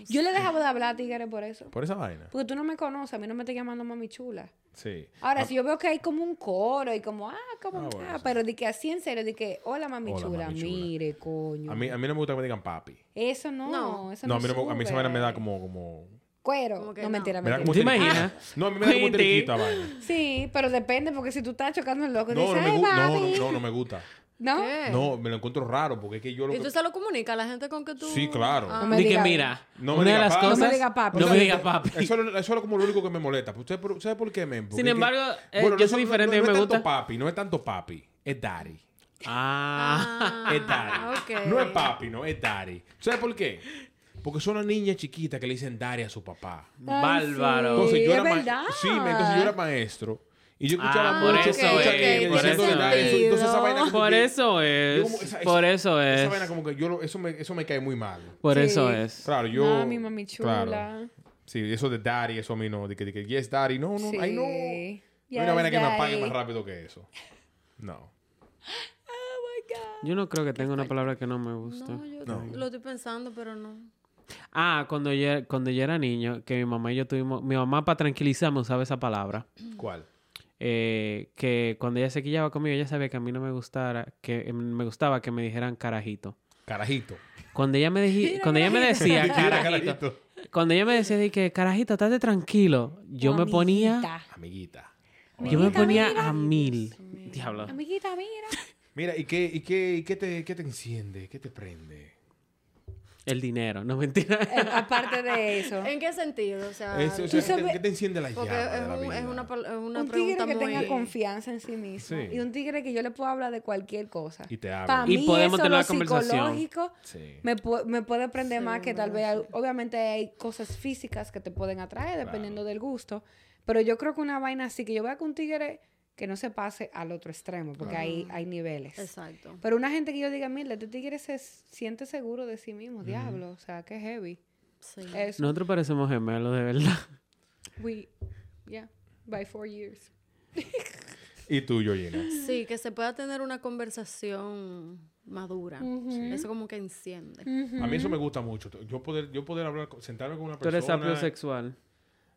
Yo le dejaba de hablar a Tigre por eso.
Por esa vaina.
Porque tú no me conoces, a mí no me estás llamando mami chula.
Sí.
Ahora, si yo veo que hay como un coro y como, ah, como,
Ah,
ah,
bueno, sí.
pero de que así en serio, de que, hola mami,
Hola,
chula,
mami chula.
mire, coño.
A mí, a mí no me gusta que me digan papi.
Eso no,
No.
eso
No, a
no,
mí, no me- a mí esa
sube.
vaina me da como... como...
Cuero. No,
Como que no.
mentira,
Me da
mentira.
como
¿Te
teri-
imaginas?
[laughs] No, a mí me da como
Quinti.
teriquita vaina.
Sí, pero depende, porque si tú estás chocando el loco, y
No,
dices,
no me,
ay,
gu- no,
mami.
no, no, no me gusta.
¿No?
¿Qué?
No, me lo encuentro raro porque es que yo lo
¿Y
que-
tú se lo comunicas a la gente con que tú...?
Sí, claro.
No
Ah,
me
Di que
diga-
mira,
No me
una de
diga
las
papi.
cosas...
No me diga papi.
No
O
me
sea,
diga papi.
Eso, es- eso es como lo único que me molesta. ¿Usted, pero- ¿Sabe por qué, men? Porque es
Sin
que-
embargo, eh, yo soy diferente,
No,
me
es
gusta.
tanto papi, no es tanto papi, es daddy.
[laughs] Ah.
Es daddy.
ok.
No es papi, no, es daddy. ¿Sabes por qué? Porque son las niñas chiquitas que le dicen daddy a su papá.
Bárbaro.
Entonces
Sí,
yo
es
era ma-
verdad.
Sí, men, entonces yo era maestro. Y yo escuchaba
Ah,
mucho,
por eso
mucha
es,
gente
por
diciendo
eso
daddy.
es.
Entonces esa vaina como
Por
que-
eso
yo como-
es.
esa-
Por
esa-
eso
Esa
es.
vaina como que yo lo- eso, me, eso me cae muy mal.
Por
Sí.
eso es.
Claro, yo.
Mami, mami
claro.
chula.
Sí, eso de daddy, eso a mí no. De que, de que yes, daddy. No, no,
Sí.
ay, no. No hay una
Yes,
vaina que me apague
daddy.
más rápido que eso. No.
Yo no creo que tenga una palabra que no me guste.
No, yo lo estoy pensando, pero no.
Ah, cuando yo, cuando yo era niño, que mi mamá y yo tuvimos... Mi mamá para tranquilizarme usaba esa palabra.
Mm.
¿Cuál?
eh, que cuando ella se quillaba conmigo, ella sabía que a mí no me gustara, que eh, me gustaba que me dijeran carajito.
Carajito.
Cuando ella me, deji- cuando ella me
[laughs]
decía
Mira,
carajito, cuando ella me decía de que carajito, estate tranquilo, yo me ponía,
Amiguita.
Amiguita.
yo me
Amiguita,
ponía
mira.
a mil. Diablo.
Amiguita, mira.
Mira, ¿y qué, y qué, y qué, te, qué te enciende? ¿Qué te prende?
El dinero, no mentira. [laughs]
Eh, Aparte de eso.
[laughs] ¿En qué sentido? O sea,
Es- o sea,
tú sabes-
¿qué, te enciende la
porque
llama
es,
de la
un-
vida?
es una, pal- es una
un
pregunta
tigre que
muy...
tenga confianza en sí mismo
Sí.
y un tigre que yo le puedo hablar de cualquier cosa
Y te habla.
Pa'
Y
mí
podemos
eso,
tener
lo
la conversación.
psicológico
Sí.
me, pu- me puede prender más que tal vez al- obviamente hay cosas físicas que te pueden atraer dependiendo del gusto pero yo creo que una vaina así que yo vea que un tigre que no se pase al otro extremo porque ahí hay niveles
Exacto.
pero una gente que yo diga mira este tigre se s- siente seguro de sí mismo diablo o sea que heavy
Sí.
eso
Nosotros parecemos gemelos, de verdad.
we yeah by four years
¿Y tú, Georgina?
Sí, que se pueda tener una conversación madura. Eso como que enciende.
A mí eso me gusta mucho. Yo poder, yo poder hablar, con- sentarme con una
Tú
persona.
eres apio sexual.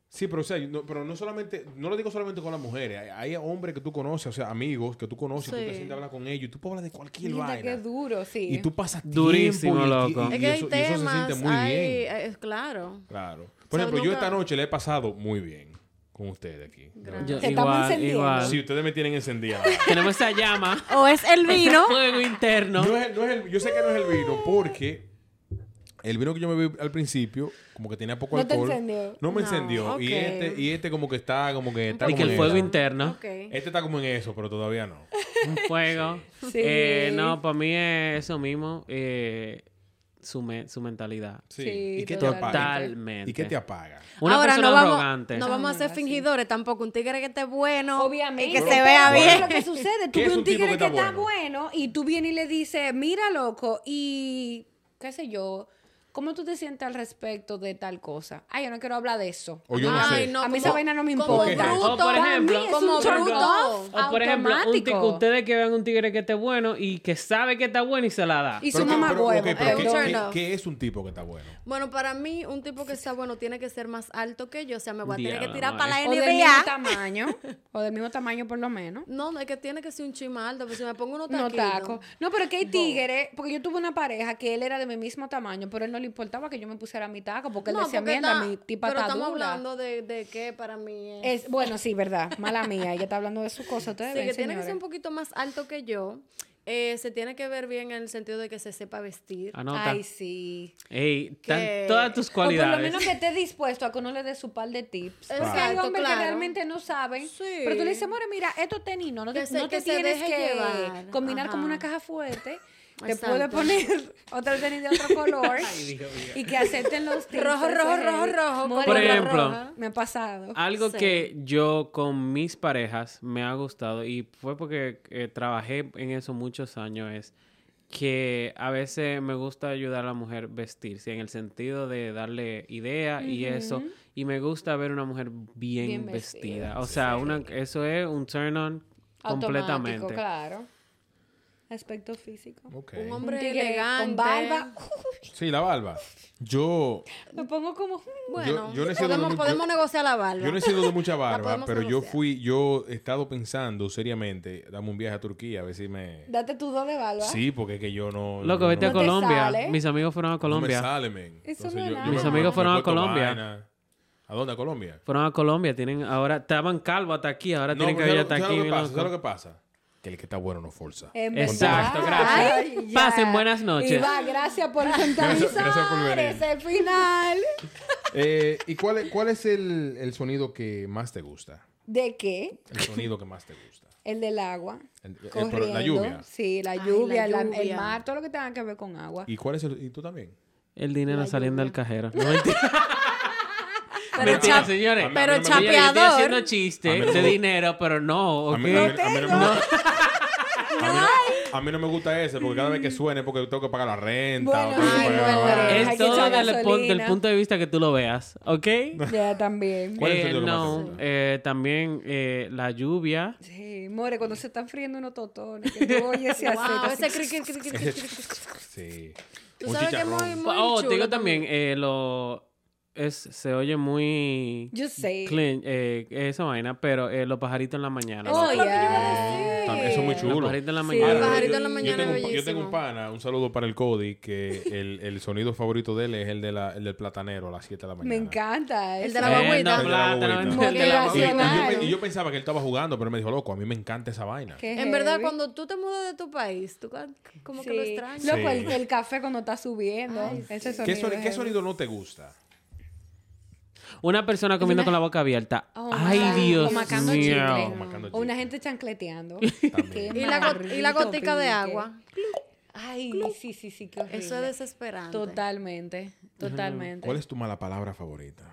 Sí, pero o sea, no, pero no solamente, no lo digo solamente con las mujeres, hay, hay hombres que tú conoces, o sea, amigos que tú conoces, tú te
Sí.
sientas a hablar con ellos, y tú puedes hablar de cualquier
Linda, qué
vaina.
duro sí
Y tú pasas tiempo
Durísimo,
y el ti-
loco.
y-
Es
y
que
eso-
hay
y eso se
temas,
siente muy
hay...
bien.
eh, claro.
Claro. Por
sea,
ejemplo, yo
nunca-
esta noche le he pasado muy bien con ustedes aquí.
Yo-
Ah. Te estamos
igual,
encendiendo.
igual.
Si ustedes me tienen
[laughs]
encendida.
Tenemos esa llama.
[laughs]
O es el vino.
Fuego interno.
No es el- no es el- yo sé que no es el vino porque el vino que yo me vi al principio, como que tenía poco
No te
alcohol.
encendió.
No me
No,
encendió. Y
ok.
este, y este como que está, como que está
Y que
como
el
en
fuego
eso.
interno.
Ok.
Este está como en eso, pero todavía no.
Un fuego.
Sí.
Eh, no, para mí es eso mismo. eh, su, me- su mentalidad.
Sí,
¿Y qué te
totalmente.
apaga?
Totalmente.
¿Y qué te apaga?
Una
Ahora,
persona
no vamos,
arrogante.
No vamos a ser
Ah, sí.
fingidores tampoco. Un tigre que esté bueno.
Obviamente.
Y que se
Pero
vea
¿qué es
bien.
Lo que sucede, tú
¿Qué es
ves
un
un
tipo
tigre que
que
está,
está
bueno? y tú vienes y le dices, mira, loco, y qué sé yo, ¿cómo tú te sientes al respecto de tal cosa? Ay, yo no quiero hablar de eso.
O yo no
Ay,
sé.
no,
a mí esa
como-
vaina no me
como
importa.
bruto,
O por
Para
ejemplo,
mí es
como
un turn
bruto.
off
O por ejemplo, un
automático.
tigre- ustedes que vean un tigre que esté bueno y que sabe que está bueno y se la da.
Y
Pero
su
qué-
mamá
pero, ok,
huevo.
pero
eh,
¿qué-
un turn
qué-
off.
¿Qué es un tipo que está bueno?
Bueno, para mí, un tipo que está bueno tiene que ser más alto que yo. O sea, me voy a tener que
Diablo,
tirar
madre.
para
O
la
del mismo
NBA.
tamaño. o del mismo tamaño, por lo menos.
No, no, es que tiene que ser un chima alto. Pero si me pongo uno
No
taquito.
taco. No, pero que hay tigres, porque yo tuve una pareja que él era de mi mismo tamaño, pero él no le importaba que yo me pusiera mi taco, porque él
No,
decía,
porque
mierda,
está-
mi tipa
Pero
está
estamos
dura".
hablando de, de qué para mí es.
Es, bueno, sí, verdad. Mala mía. Ella está hablando de su cosa. Ustedes
Sí,
ven,
que tiene que ser un
señores.
poquito más alto que yo. Eh, se tiene que ver bien en el sentido de que se sepa vestir.
Ah,
Anota.
Ay, sí.
Ey, tan-
que-
todas tus
O por lo
cualidades.
menos que esté dispuesto a que uno le dé su par de tips.
pues,
Exacto,
Porque hay hombres
claro.
que realmente no saben.
Sí.
Pero tú le dices, more, mira, esto tenis, no, no te,
Que se-
no te
que se
tienes
deje
que
llevar.
combinar como
Ajá.
una caja fuerte. Te
Exacto.
puedes poner [laughs] otro tenis de otro color
[laughs] Ay, Dios mío.
y que acepten los tips.
Rojo,
Eso
rojo,
es
rojo,
heavy.
rojo,
More,
Por
rojo,
ejemplo.
rojo. me ha pasado.
Algo
Sí.
que yo con mis parejas me ha gustado y fue porque eh, trabajé en eso muchos años es que a veces me gusta ayudar a la mujer vestirse en el sentido de darle idea y eso y me gusta ver una mujer bien,
Bien
vestida.
vestida,
o sea, una, eso es un turn on
Automático,
Ah, completamente.
claro. Aspecto físico.
Ok.
Un
Un
hombre
tigre
elegante.
Con barba. [laughs]
Sí, la barba. Yo,
Me pongo como.
Bueno,
yo necesito
podemos,
de un-
podemos negociar la barba.
yo no he sido
[laughs]
de mucha barba,
podemos
pero yo
negociar.
fui, yo he estado pensando seriamente, dame un viaje a Turquía, a ver si me...
Date tu dos de barba.
Sí, porque es que yo no...
Loco,
yo
vete
no-
a
No te
Colombia.
sale.
Mis amigos fueron a
No me
Colombia.
sale, men.
Eso
Entonces,
no es
yo-
nada.
yo
Mis
me-
amigos
me
fueron a
puesto
Colombia.
vaina. ¿A dónde? ¿A Colombia?
Fueron a Colombia, tienen ahora estaban calvos hasta aquí, ahora
No,
tienen
pero
cabello
¿sabes
hasta
lo- ¿sabes lo que
aquí. mi
pasa?
loco.
¿Sabes lo que pasa? Que el que está bueno no forza.
En verdad.
Exacto, gracias.
Ay, ya.
Pasen buenas noches.
Iba, gracias por
Gracias- gracias por
sintonizar
venir.
ese final.
Eh, ¿Y cuál, es- cuál es el, el sonido que más te gusta?
¿De qué?
El sonido que más te gusta.
El del agua.
El- el- pero Eh, la
corriendo.
lluvia.
Sí, la
Ay,
lluvia,
la
la- el
lluvia.
mar, todo lo que tenga que ver con agua.
¿Y cuál es el...? ¿Y tú también?
El dinero saliendo del
[laughs]
cajero. No mentira.
Pero
Mentira,
chap-
señores.
a mí-
pero
a mí no me-
Señores, yo estoy
chapeador.
haciendo chiste de dinero, pero no.
A
¿ok?
mí, a mí- a mí no me gusta. A mí no- a mí no me gusta ese porque cada vez que suene porque tengo que pagar la renta.
Bueno,
o tengo que
ay,
pagar-
bueno.
Es
Hay que
todo
echar
del, pon-
gasolina.
del punto de vista que tú lo veas, ¿ok?
Ya también.
¿Cuál es el
Eh,
tuyo que más te
no,
gusta?
eh, también eh, la lluvia.
Sí, more, cuando se están friendo unos totones, que tú oyes ese
Wow,
aceite.
ese cri, cri, cri, cri, cri, cri, cri.
Sí.
Tú
Un
sabes que es
chicharrón.
muy, muy
oh, te
chulo
digo también, eh, lo, es, se oye muy
Yo sé.
clean, eh, esa vaina, pero eh, los pajaritos en la mañana.
Oh,
¿no?
ya.
También eso es muy
Los
chulo.
pajaritos en la
Sí.
mañana.
El pajarito en la
Yo-
mañana
yo, tengo
es
un, pa- yo tengo un
bellísimo.
pana, un saludo para el Cody, que el, el sonido favorito de él es el, de la, el del platanero a las 7 de la mañana.
Me encanta.
El
eso.
de la
Eh,
guagüita.
no, plátano,
El de la
no, el de la
Y, y yo,
guagüita.
pe-
Claro.
y yo pensaba que él estaba jugando, pero él me dijo, loco, a mí me encanta esa vaina.
Qué
En verdad,
heavy.
cuando tú te mudas de tu país, tú ca- como que lo
Sí.
extrañas.
Lo-
Loco,
Sí.
el, el café cuando está subiendo.
Ay,
ese sonido.
¿Qué, soni-
es
qué
heavy.
sonido no te gusta?
Una persona comiendo con la boca abierta.
Oh,
Ay,
my God.
Dios
O macando
mío.
chicle.
Macando
O una
chicle. [laughs]
gente chancleteando.
También.
Y la, go- y la
maldito
gotica de
pique.
agua.
Ay, sí, sí, sí, qué horrible.
Eso es desesperante.
Totalmente, totalmente.
¿Cuál es tu mala palabra favorita?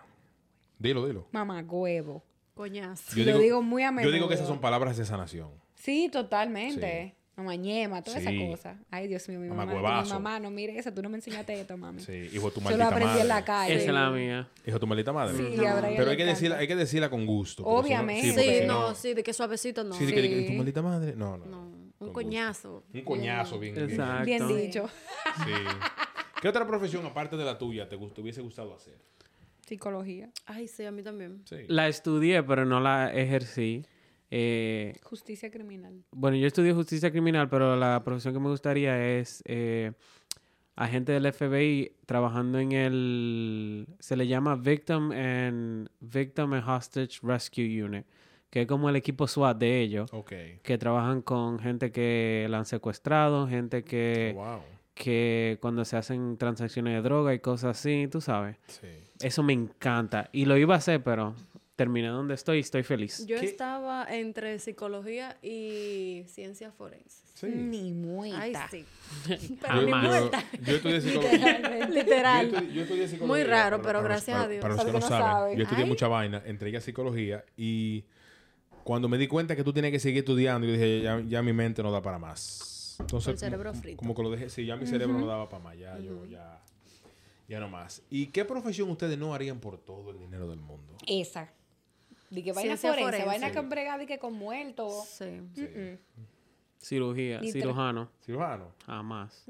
Dilo, dilo.
Mamá huevo.
Coñazo.
Lo digo muy a
Yo digo
menudo.
que esas son palabras de sanación.
Sí, totalmente. Mamá ñema, toda
Sí.
esa cosa. Ay, Dios mío, mi mamá.
Mamagüevazo.
Mi mamá, no mire esa, tú no me enseñaste esto, mami.
Sí, hijo de tu
Yo lo
maldita
aprendí
madre.
en la calle.
Esa es la mía.
Hijo de tu maldita madre.
Sí,
No.
a
Pero
Brian le
hay que,
encanta.
decirla, hay que decirla con gusto. porque si no-
Obviamente.
sí,
Sí,
porque si
no,
no-
sí, de que suavecito no.
sí, de que- de que
Sí.
tu maldita madre. No, no.
No,
Con
un
gusto.
coñazo.
Un coñazo, bien. bien.
Exacto.
Bien dicho.
Sí. ¿Qué otra profesión aparte de la tuya te, gust- te hubiese gustado hacer?
Psicología,
Ay, sí, a mí también.
Sí.
La estudié, pero no la ejercí. Eh,
justicia criminal.
bueno, yo estudié justicia criminal, pero la profesión que me gustaría es eh, agente del FBI trabajando en el... Se le llama Victim and, Victim and Hostage Rescue Unit, que es como el equipo SWAT de ellos,
Ok.
que trabajan con gente que la han secuestrado, gente que...
Oh, Wow.
que cuando se hacen transacciones de droga y cosas así, tú sabes.
Sí.
Eso me encanta. Y lo iba a hacer, pero terminé donde estoy y estoy feliz.
Yo
¿Qué?
estaba entre psicología y ciencias forenses.
Sí.
Ni muerta.
Ay, sí.
Ah, [laughs]
Pero ni
yo,
más.
Mm. muerta.
[laughs] yo
[laughs]
estudié psicología.
Literalmente.
Literal.
Yo estudié- yo estudié psicología,
Muy raro,
para-
pero
para los-
gracias
para-
a Dios.
Para los que no saben, yo estudié mucha vaina, entre ellas psicología, y cuando me di cuenta que tú tienes que seguir estudiando, yo dije, ya, ya mi mente no da para más. Entonces,
El cerebro
como-
frito.
Como que lo dejé, sí, ya mi cerebro no daba para más, ya yo, ya, ya no más. ¿Y qué profesión ustedes no harían por todo el dinero del mundo?
Esa. De que vaina
Ciencia
forense,
forense.
vaina que brega de que con muerto.
Sí.
Sí.
Cirugía,
Literal. Mm.
cirujano,
Cirujano.
jamás.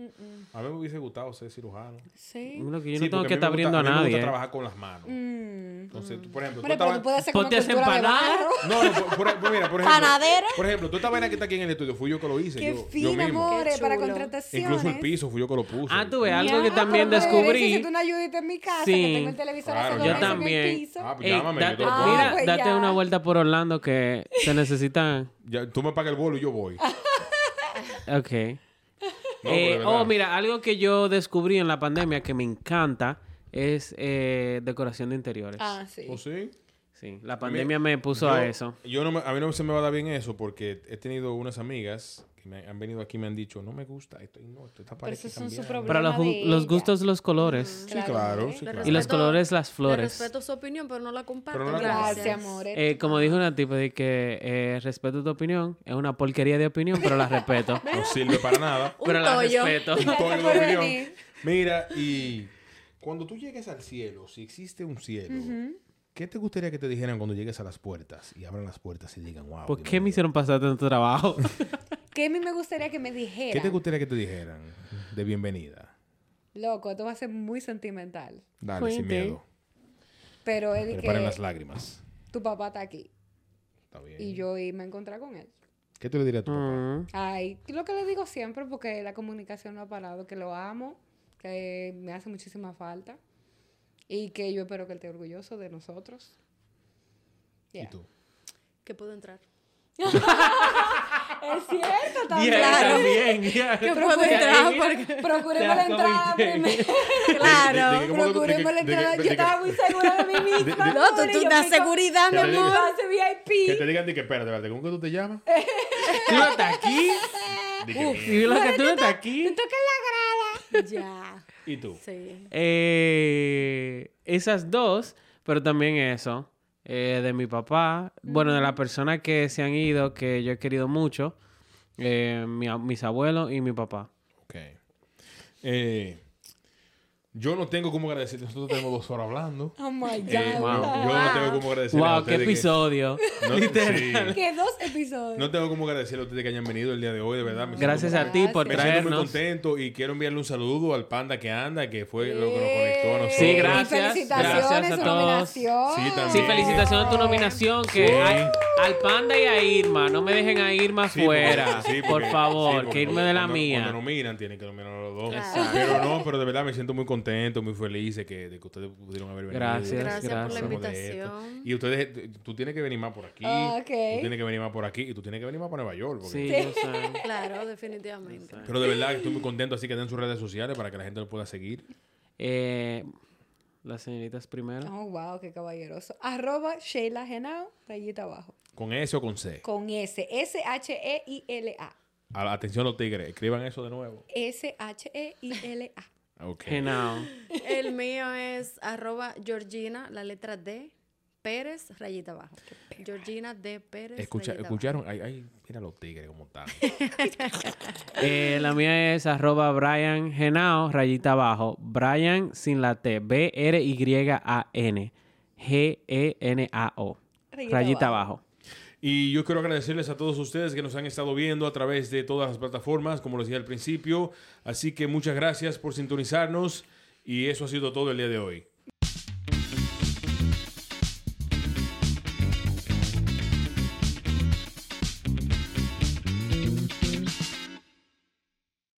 A mí me hubiese gustado ser cirujano.
Sí.
Lo que yo
Sí,
no tengo
porque
que
a mí me
estar abriendo
gusta-
a
mí me
nadie.
gusta
¿eh?
trabajar con las manos.
Mm.
Entonces, tú, por ejemplo, tú
Mira, pero
estabas-
tú puedes hacer como
Ponte a hacer
cultura de
empanadas.
barro.
No, no, por, por- por- mira, por ejemplo.
Panadera.
Por ejemplo, toda esta vaina que está aquí en el estudio fui yo que eh, lo hice.
Qué
yo, yo
fino,
mismo.
amores,
Qué
para
chulo.
contrataciones.
Incluso el piso fui yo que lo puse.
Ah, tú ves,
Ya,
algo que también
pero me
descubrí.
necesito una ayudita en mi casa, que
Sí.
tengo el televisor hace
Claro,
dos
yo
meses en el
también.
piso.
Ah, pues
Ey,
llámame, yo te
date,
lo
Ah,
pongo.
mira,
pues
date
ya.
una vuelta por Orlando que se necesitan.
Ya, tú me pagas el bolo y yo voy.
[laughs] Ok.
No,
Eh,
pero de pues, verdad.
oh, mira, algo que yo descubrí en la pandemia que me encanta es eh, decoración de interiores.
pues,
Ah, sí.
¿O Oh, sí?
Sí, la pandemia me puso
Yo-
a eso.
Yo no me- a mí no se me va a dar bien eso porque he tenido unas amigas que me han venido aquí y me han dicho, no me gusta esto. y No, esto está
Pero esos son su
problema.
problema
Para los,
de
ju- los
ella.
gustos, los colores.
Sí, claro, sí,
Le
claro.
Y los colores, las
Le
flores.
Mm. respeto su opinión, pero no la comparto.
Pero no la
Gracias,
Gracias.
amores.
Eh, como dijo una tipa, de que eh, respeto tu opinión. Es una porquería de opinión, pero la
[laughs]
respeto.
No sirve para nada.
Un
pero la
tollo.
respeto.
Un tono de
por
opinión.
venir.
Mira, y cuando tú llegues al cielo, si existe un cielo, ¿qué te gustaría que te dijeran cuando llegues a las puertas y abran las puertas y digan, wow?
¿Por
Dios
qué me
mío"?
hicieron pasar tanto trabajo?
¿Qué a mí me gustaría que me dijera?
¿Qué te gustaría que te dijeran de bienvenida?
Loco, esto va a ser muy sentimental.
Dale, sin
Fuente.
miedo.
Pero es de
Preparen las
que
lágrimas.
tu papá está aquí.
Está bien.
Y yo y me encontré con él.
¿Qué tú le dirías a tu papá?
Mm.
Ay, lo que le digo siempre, porque la comunicación no ha parado, que lo amo, que me hace muchísima falta y que yo espero que él esté orgulloso
[laughs]
de nosotros.
¿Y
Yeah.
tú?
Que
[laughs]
puedo entrar.
Es [laughs] cierto,
Bien,
también. Claro.
también,
[laughs]
ya.
Que puedo
Procuremos-
entrar
Procuremos la
Te
entrada
acomodé.
primero.
De- de- de-
Claro.
¿Cómo tú- de que-
Procuremos la
de que-
entrada.
de
Yo
que-
estaba muy segura de mí misma.
No, tú,
amores,
tú
yo
das
fui con-
seguridad, mi
Que te diga-
amor.
pase
Que te
VIP.
digan de que, espérate, espérate, ¿cómo que tú te llamas?
Eh.
¿Tú no estás aquí?
Di que, "Mira".
Y lo que tú no estás aquí.
Toca la grada.
Ya.
¿Y tú?
Sí.
Eh, esas dos, pero también eso. eh, de mi papá. Bueno, de las personas que se han ido, que yo he querido mucho. eh, mi a- mis abuelos y mi papá.
Ok. Eh, yo no tengo cómo agradecerte. Nosotros tenemos dos horas hablando.
Oh my God.
Eh, yo no tengo cómo agradecer a
¡Wow! ¡Qué
ustedes que- [laughs]
episodio!
No, sí.
Que dos episodios.
No tengo cómo agradecerle a ustedes que hayan venido el día de hoy, de verdad. Me siento
Gracias
muy-
a ti por
Me siento muy
traernos.
contento y quiero enviarle un saludo al panda que anda, que fue lo que nos conectó a nosotros.
Sí,
Eh, Y
gracias.
Felicitaciones,
Gracias a
su
todos.
nominación.
Sí, también.
Sí, felicitaciones a tu nominación. Que hay- al Panda y a Irma. No me dejen a Irma
Sí, porque-
fuera.
sí, porque-
por
sí,
favor,
porque
que irme de la
cuando-
mía.
Cuando nominan, tienen que nominar a los dos.
Claro.
Pero no, pero de verdad me siento muy contento, muy feliz de que, de que ustedes pudieron haber venido.
Gracias,
Gracias por la
Hablamos de
invitación.
esto. Y ustedes, tú tienes que venir más por aquí.
Ah, ok.
Tú tienes que venir más por aquí. Y tú tienes que venir más para Nueva York. porque-
Sí, yo sé.
[laughs]
Claro, definitivamente.
Pero de verdad que estoy muy contento, así que den sus redes sociales para que la gente lo pueda seguir.
Eh, las señoritas primero.
Oh, wow, qué caballeroso. Arroba Sheila Genao, rayita abajo.
¿Con S o con C?
Con S. E S-H-E-I-L-A.
A- Atención los tigres, escriban eso de nuevo.
E S-H-E-I-L-A.
Ok.
Genau.
El mío es arroba Georgina, la letra D, Pérez, rayita abajo. Georgina D. Pérez.
Escucha-
rayita abajo.
escucharon, ay, ay, mira los tigres como están. [laughs]
Eh, la mía es arroba Brian Genao, rayita abajo. Brian sin la T. B-R-Y-A-N. E G-E-N-A-O.
Rayita
Rayita,
abajo.
abajo.
Y yo quiero agradecerles a todos ustedes que nos han estado viendo a través de todas las plataformas, como les decía al principio. Así que muchas gracias por sintonizarnos y eso ha sido todo el día de hoy.